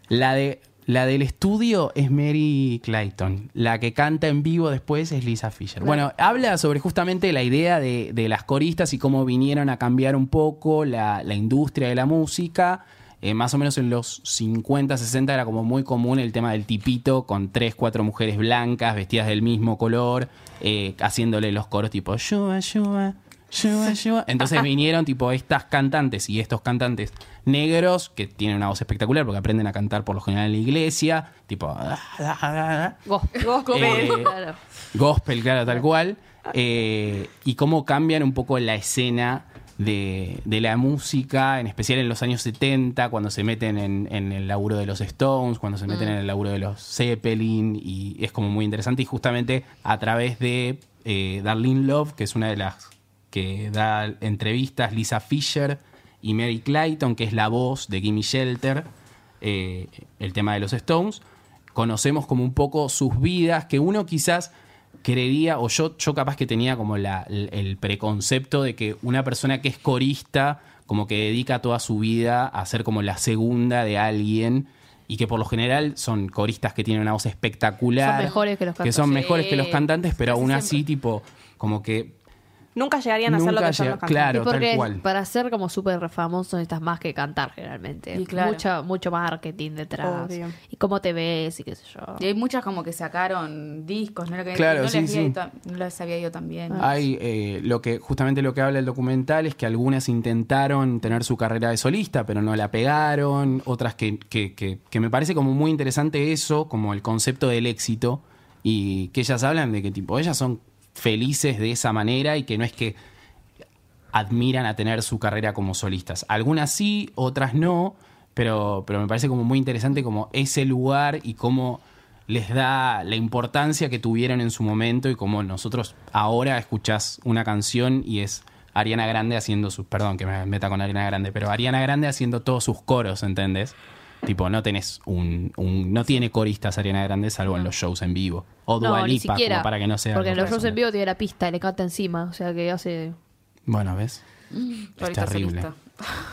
S1: La de la del estudio es Mary Clayton. La que canta en vivo después es Lisa Fisher. Bueno, habla sobre justamente la idea de, de las coristas y cómo vinieron a cambiar un poco la, la industria de la música. Eh, más o menos en los 50, 60 era como muy común el tema del tipito con tres, cuatro mujeres blancas vestidas del mismo color, eh, haciéndole los coros tipo shua, shua, shua, shua. Entonces vinieron tipo estas cantantes y estos cantantes negros que tienen una voz espectacular porque aprenden a cantar por lo general en la iglesia, tipo "Ah, ah, ah, ah". Eh,
S6: Claro.
S1: Gospel, claro, tal cual. Eh, y cómo cambian un poco la escena de, de la música, en especial en los años 70, cuando se meten en, en el laburo de los Stones, cuando se meten en el laburo de los Zeppelin, y es como muy interesante. Y justamente a través de eh, Darlene Love, que es una de las que da entrevistas, Lisa Fisher y Mary Clayton, que es la voz de Gimme Shelter, eh, el tema de los Stones, conocemos como un poco sus vidas, que uno quizás creería, o yo, yo capaz que tenía como la- el, el preconcepto de que una persona que es corista, como que dedica toda su vida a ser como la segunda de alguien, y que por lo general son coristas que tienen una voz espectacular.
S7: Son mejores que los
S1: Que son
S7: cantantes.
S1: mejores que los
S7: Sí.
S1: cantantes, pero
S7: Casi
S1: aún
S7: siempre.
S1: así, tipo, como que
S4: Nunca llegarían a hacer lo
S1: Nunca
S4: que son
S1: llega-
S4: los cantantes.
S1: claro,
S3: Y
S1: tal
S3: porque
S1: cual.
S3: para ser como súper famoso necesitas más que cantar generalmente.
S2: Y claro.
S3: Mucha- mucho marketing detrás.
S4: Obvio.
S3: Y cómo te ves y qué sé yo.
S2: Y hay muchas como que sacaron discos, no, Era que-
S1: Claro,
S2: no
S1: sí,
S2: les, había
S1: sí.
S2: ido tan- no les había ido tan bien.
S1: Hay eh, lo que justamente lo que habla el documental es que algunas intentaron tener su carrera de solista, pero no la pegaron. Otras que, que- que- que me parece como muy interesante eso, como el concepto del éxito. Y que ellas hablan de que tipo, ellas son felices de esa manera y que no es que admiran a tener su carrera como solistas. Algunas sí, otras no, pero, pero me parece como muy interesante como ese lugar y cómo les da la importancia que tuvieron en su momento y como nosotros ahora escuchás una canción y es Ariana Grande haciendo sus, perdón que me meta con Ariana Grande, pero Ariana Grande haciendo todos sus coros, ¿entendés? Tipo, no tenés un, un- no tiene coristas Ariana Grande salvo en los shows en vivo. O Dua
S3: no, ni
S1: Lipa, como
S3: siquiera.
S1: para que no sea.
S3: Porque en
S1: algo
S3: los shows en
S1: personal.
S3: vivo tiene la pista, le canta encima. O sea que hace.
S1: Bueno, ¿ves? Es
S2: Ahorita
S1: terrible.
S2: solista.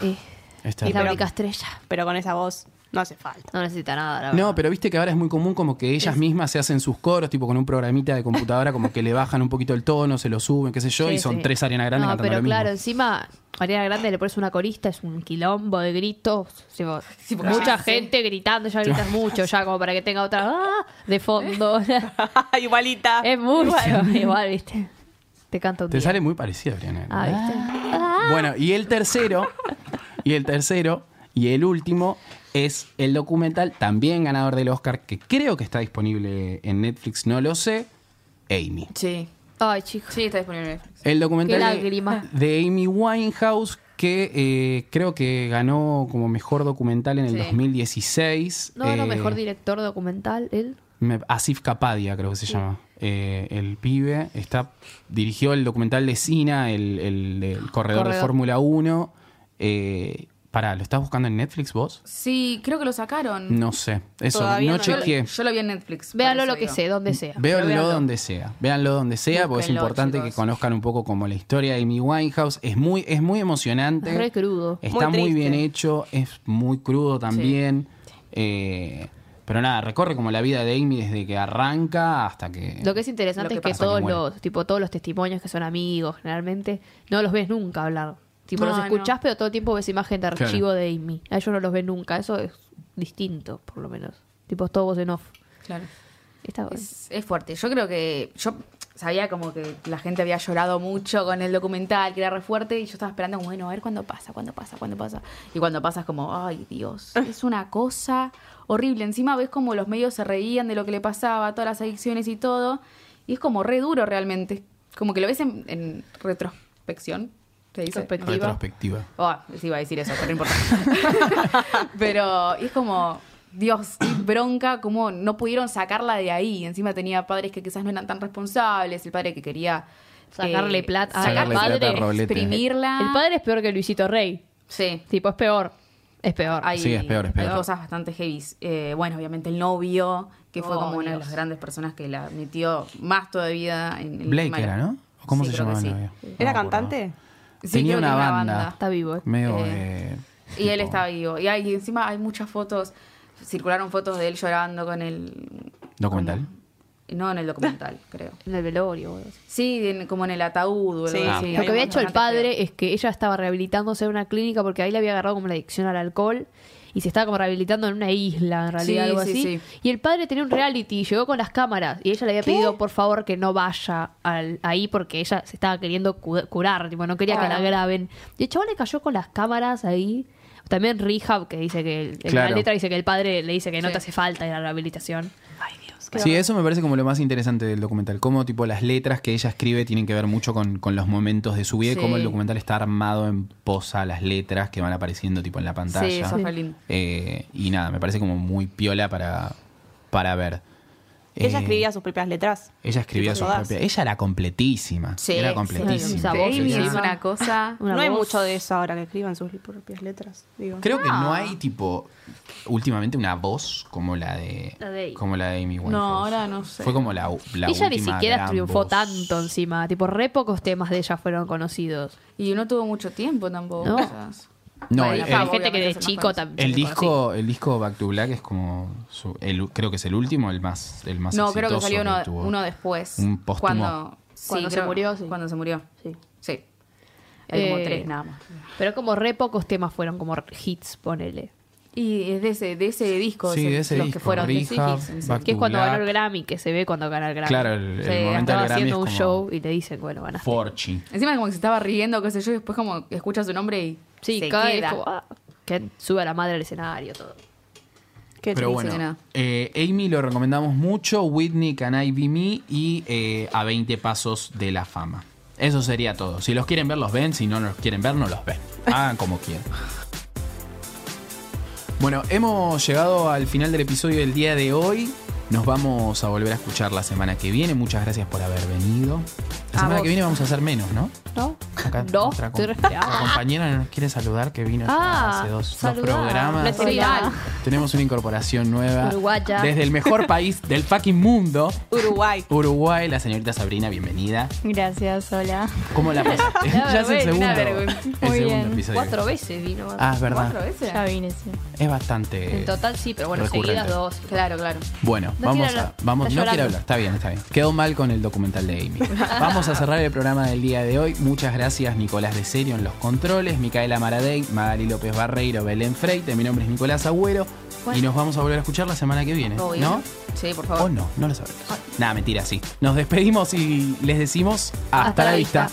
S3: eh,
S1: Es
S3: es la
S1: terrible.
S3: única estrella.
S4: Pero con esa voz no hace falta.
S3: No necesita nada, la
S1: No,
S3: verdad.
S1: pero viste que ahora es muy común como que ellas mismas se hacen sus coros, tipo con un programita de computadora, como que le bajan un poquito el tono, se lo suben, qué sé yo,
S3: Sí,
S1: y son
S3: sí.
S1: tres Ariana Grande
S3: No,
S1: cantando
S3: pero
S1: lo mismo.
S3: claro, encima Ariana Grande le pones una corista, es un quilombo de gritos. tipo,
S2: Sí, porque
S3: mucha
S2: ya, sí.
S3: gente gritando, ya gritas mucho, ya como para que tenga otra ¡ah! de fondo.
S4: Igualita.
S2: Eh,
S3: es mucho, Ah, igual, viste. Te canta un
S1: Te
S3: día.
S1: sale muy parecido Ariana
S3: Ah,
S1: Grande.
S3: viste.
S1: Bueno, y el tercero, y el tercero, y el último es el documental, también ganador del Oscar, que creo que está disponible en Netflix, no lo sé, Amy.
S2: Sí.
S3: Ay, chicos.
S2: Sí, está disponible en Netflix.
S1: El documental
S3: Qué
S1: de-
S3: lágrima.
S1: de Amy Winehouse que eh, creo que ganó como mejor documental en el
S2: Sí.
S1: 2016.
S3: No, no,
S1: Eh,
S3: mejor director documental, él.
S1: me- Asif Kapadia creo que se llama. Eh, el pibe está dirigió el documental de Sina, el, el del corredor, de
S3: Corredor.
S1: Fórmula 1. Eh, pará, ¿lo estás buscando en Netflix vos?
S2: Sí, creo que lo sacaron.
S1: No sé, eso,
S4: Todavía
S1: no
S4: no.
S2: yo,
S1: chequeé.
S2: yo Mm. lo vi en Netflix.
S3: Véanlo
S2: por eso
S3: lo que
S2: digo.
S3: sé, donde sea.
S1: Véanlo
S2: Pero véanlo.
S1: donde sea. Véanlo donde sea, porque es
S2: Búsquenlo,
S1: importante
S2: chicos.
S1: que conozcan un poco como la historia de Amy Winehouse. Es muy, es muy emocionante.
S3: Re crudo.
S1: Está
S4: Muy
S1: muy,
S4: triste.
S1: bien hecho, es muy crudo también. Eh, pero nada, recorre como la vida de Amy desde que arranca hasta que.
S3: Lo que es interesante
S2: Lo que
S3: es que
S1: pasa, que
S3: todos
S1: muere.
S3: los, tipo, todos los testimonios que son amigos, generalmente, no los ves nunca hablar. Tipo, los
S2: No,
S3: escuchás,
S2: no.
S3: pero todo el tiempo ves imagen de
S1: Claro.
S3: archivo de Amy. A ellos no los ves nunca. Eso es distinto, por lo menos. Tipo, es todo voz en off.
S2: Claro.
S3: Está bueno.
S2: Es, es fuerte. Yo creo que. Yo sabía como que la gente había llorado mucho con el documental, que era re fuerte, y yo estaba esperando, como, bueno, a ver cuándo pasa, cuándo pasa, cuándo pasa. Y cuando pasa es como, ay, Dios, es una cosa horrible. Encima ves como los medios se reían de lo que le pasaba, todas las adicciones y todo. Y es como re duro realmente. Como que lo ves en, en retrospección. ¿Se dice?
S3: Retrospectiva.
S1: Retrospectiva.
S2: Oh, sí iba a decir eso, pero no importa. pero es como, Dios, qué bronca, como no pudieron sacarla de ahí. Encima tenía padres que quizás no eran tan responsables, el padre que quería eh,
S3: Sacarle plata al
S2: sacarle
S1: padre.
S2: plata,
S1: Rolete.
S2: exprimirla.
S3: El padre es peor que Luisito Rey.
S2: Sí.
S3: Tipo, es peor. Es peor.
S2: Hay,
S1: Sí, es peor, es peor.
S2: hay cosas bastante heavy. Eh, bueno, obviamente el novio, que fue
S3: Oh,
S2: como una de
S3: Dios.
S2: las grandes personas que la metió más todavía en el
S1: Blake
S2: tema.
S1: era, ¿no? ¿O ¿Cómo
S2: Sí,
S1: se
S2: creo que
S1: llamaba el
S2: sí.
S1: novio?
S4: ¿Era
S1: No me acuerdo.
S4: cantante?
S2: Sí,
S1: Tenía
S2: creo que
S1: una
S2: tiene
S1: banda.
S3: Está vivo.
S1: Medio.
S2: Eh,
S1: eh,
S2: Y él
S1: tipo-
S2: estaba vivo. Y, hay- y encima hay muchas fotos, circularon fotos de él llorando con el...
S1: ¿Documental?
S2: como- no, en el documental, creo.
S3: En el velorio, boludo.
S2: Sí, en- como en el ataúd. o algo
S4: Sí,
S2: así.
S4: sí.
S3: Lo que había hecho el
S2: Bastante
S3: padre
S2: feo.
S3: es que ella estaba rehabilitándose en una clínica porque ahí le había agarrado como la adicción al alcohol y se estaba como rehabilitando en una isla, en realidad,
S2: Sí,
S3: algo
S2: sí,
S3: así.
S2: sí.
S3: Y el padre tenía un reality, y llegó con las cámaras y ella le había pedido por favor que no vaya al- ahí porque ella se estaba queriendo cu- curar, tipo, no quería que la
S2: Claro.
S3: graben. Y el chaval le cayó con las cámaras ahí. También Rehab, que dice que el- en
S1: Claro.
S3: la letra dice que el padre le dice que no
S2: Sí.
S3: te hace falta ir a la rehabilitación. Ay, Dios.
S4: cosas.
S1: Sí,
S4: Creo.
S1: eso me parece como lo más interesante del documental. Cómo tipo las letras que ella escribe tienen que ver mucho con, con los momentos de su vida
S2: Sí.
S1: y cómo el documental está armado en posa a las letras que van apareciendo tipo en la pantalla.
S2: Sí, eso fue lindo.
S1: Eh, y nada, me parece como muy piola para, para ver.
S4: Ella
S1: Eh,
S4: escribía sus propias letras.
S1: Ella escribía
S4: Sí,
S1: sus
S4: todas.
S1: propias. Ella era completísima.
S2: Sí,
S1: era
S2: sí.
S1: completísima.
S8: Esa voz,
S2: Sí,
S8: esa-
S2: es una cosa.
S8: Una
S4: no hay
S8: voz.
S4: mucho de eso ahora que escriban sus propias letras. Digo.
S1: Creo que no hay tipo últimamente una voz como la de,
S8: La de-
S1: como la de Amy Winehouse.
S2: No, ahora no sé.
S1: Fue como la, la
S3: ella ni
S1: última
S3: siquiera
S1: gran
S3: triunfó
S1: voz.
S3: tanto encima. Tipo, re pocos temas de ella fueron conocidos.
S2: Y no tuvo mucho tiempo tampoco.
S3: No.
S2: o sea,
S1: No,
S2: Bueno,
S1: el-
S3: Hay
S1: el-
S3: gente que
S2: obviamente
S3: de
S2: son más
S3: chico
S2: conocidos.
S3: también.
S1: El
S3: se conocí.
S1: disco, el disco Back to Black es como su- el- creo que es el último, el más, el más
S2: No, creo que
S1: exitoso
S2: salió uno,
S1: tuvo.
S2: uno después.
S1: Un póstumo.
S2: Cuando, sí,
S3: Cuando se
S2: creo-
S3: murió, sí.
S2: Cuando se murió.
S3: Sí.
S2: Sí. Hay como
S3: Eh,
S2: tres nada más.
S3: Pero como re pocos temas fueron como hits, ponele.
S2: Y es de ese, de ese disco,
S1: Sí,
S2: ese-
S1: de ese
S2: los
S1: disco,
S2: que fueron de
S1: Rehab,
S2: Sigis, en sí.
S1: Back
S3: Que es
S1: to
S3: cuando
S1: Black.
S3: ganó el Grammy, que se ve cuando gana el Grammy.
S1: Claro, el, el
S2: Sí,
S1: momento
S3: Estaba
S1: del Grammy es
S3: haciendo
S1: como
S3: un show y te dicen, bueno, ganaste.
S1: Forchi.
S2: Encima como que se estaba riendo, qué sé yo, y después como escucha su nombre y
S3: Sí,
S2: se
S3: cae
S2: queda.
S3: como, ah, que sube a la madre al escenario, todo.
S4: Qué
S1: Pero
S2: dice
S4: triste.
S2: que
S1: bueno,
S2: nada.
S1: eh, Amy lo recomendamos mucho, Whitney, Can I Be Me y eh, A 20 Pasos de la Fama. Eso sería todo. Si los quieren ver, los ven. Si no los quieren ver, no los ven. Hagan como quieran. Bueno, hemos llegado al final del episodio del día de hoy. Nos vamos a volver a escuchar la semana que viene. Muchas gracias por haber venido. La
S2: A
S1: semana
S2: vos.
S1: que viene vamos a hacer menos, ¿no?
S3: ¿No?
S1: Acá
S3: No,
S1: nuestra, com-
S3: estoy resfriada.
S1: nuestra compañera nos quiere saludar que vino ya
S3: Ah,
S1: hace dos, dos
S3: saludá.
S1: programas.
S3: La
S2: Sí,
S3: Hola.
S2: dale.
S1: Tenemos una incorporación nueva.
S3: Uruguaya.
S1: Desde el mejor país del fucking mundo,
S4: Uruguay.
S1: Uruguay, la señorita Sabrina, bienvenida.
S9: Gracias, hola.
S1: ¿Cómo la pasaste? ya
S2: Una
S1: es el
S2: vergüenza,
S1: segundo,
S2: una
S1: el
S2: vergüenza.
S9: Muy
S1: segundo
S9: bien.
S1: episodio.
S3: Cuatro veces vino.
S1: Ah, es
S2: ¿Cuatro
S1: verdad.
S2: veces?
S9: Ya vine, sí.
S1: Es bastante.
S3: En total sí, pero bueno,
S1: recurrente.
S3: seguidas dos.
S2: Claro, claro.
S1: Bueno,
S3: No
S1: vamos
S3: quiero
S1: a.
S3: hablar,
S1: Vamos,
S3: está
S1: no quiero
S3: llorando.
S1: hablar, está bien, está bien. Quedó mal con el documental de Amy. Vamos a cerrar el programa del día de hoy. Muchas gracias, Nicolás de Serio en los controles, Micaela Maradei, Magali López Barreiro, Belén Freite. Mi nombre es Nicolás Agüero. Y nos vamos a volver a escuchar la semana que viene.
S2: Obvio.
S1: Oh, ¿No?
S2: Sí, por
S1: O
S2: favor. Ah.
S1: no, no lo sabemos. Nada, mentira, sí. Nos despedimos y les decimos hasta, la vista.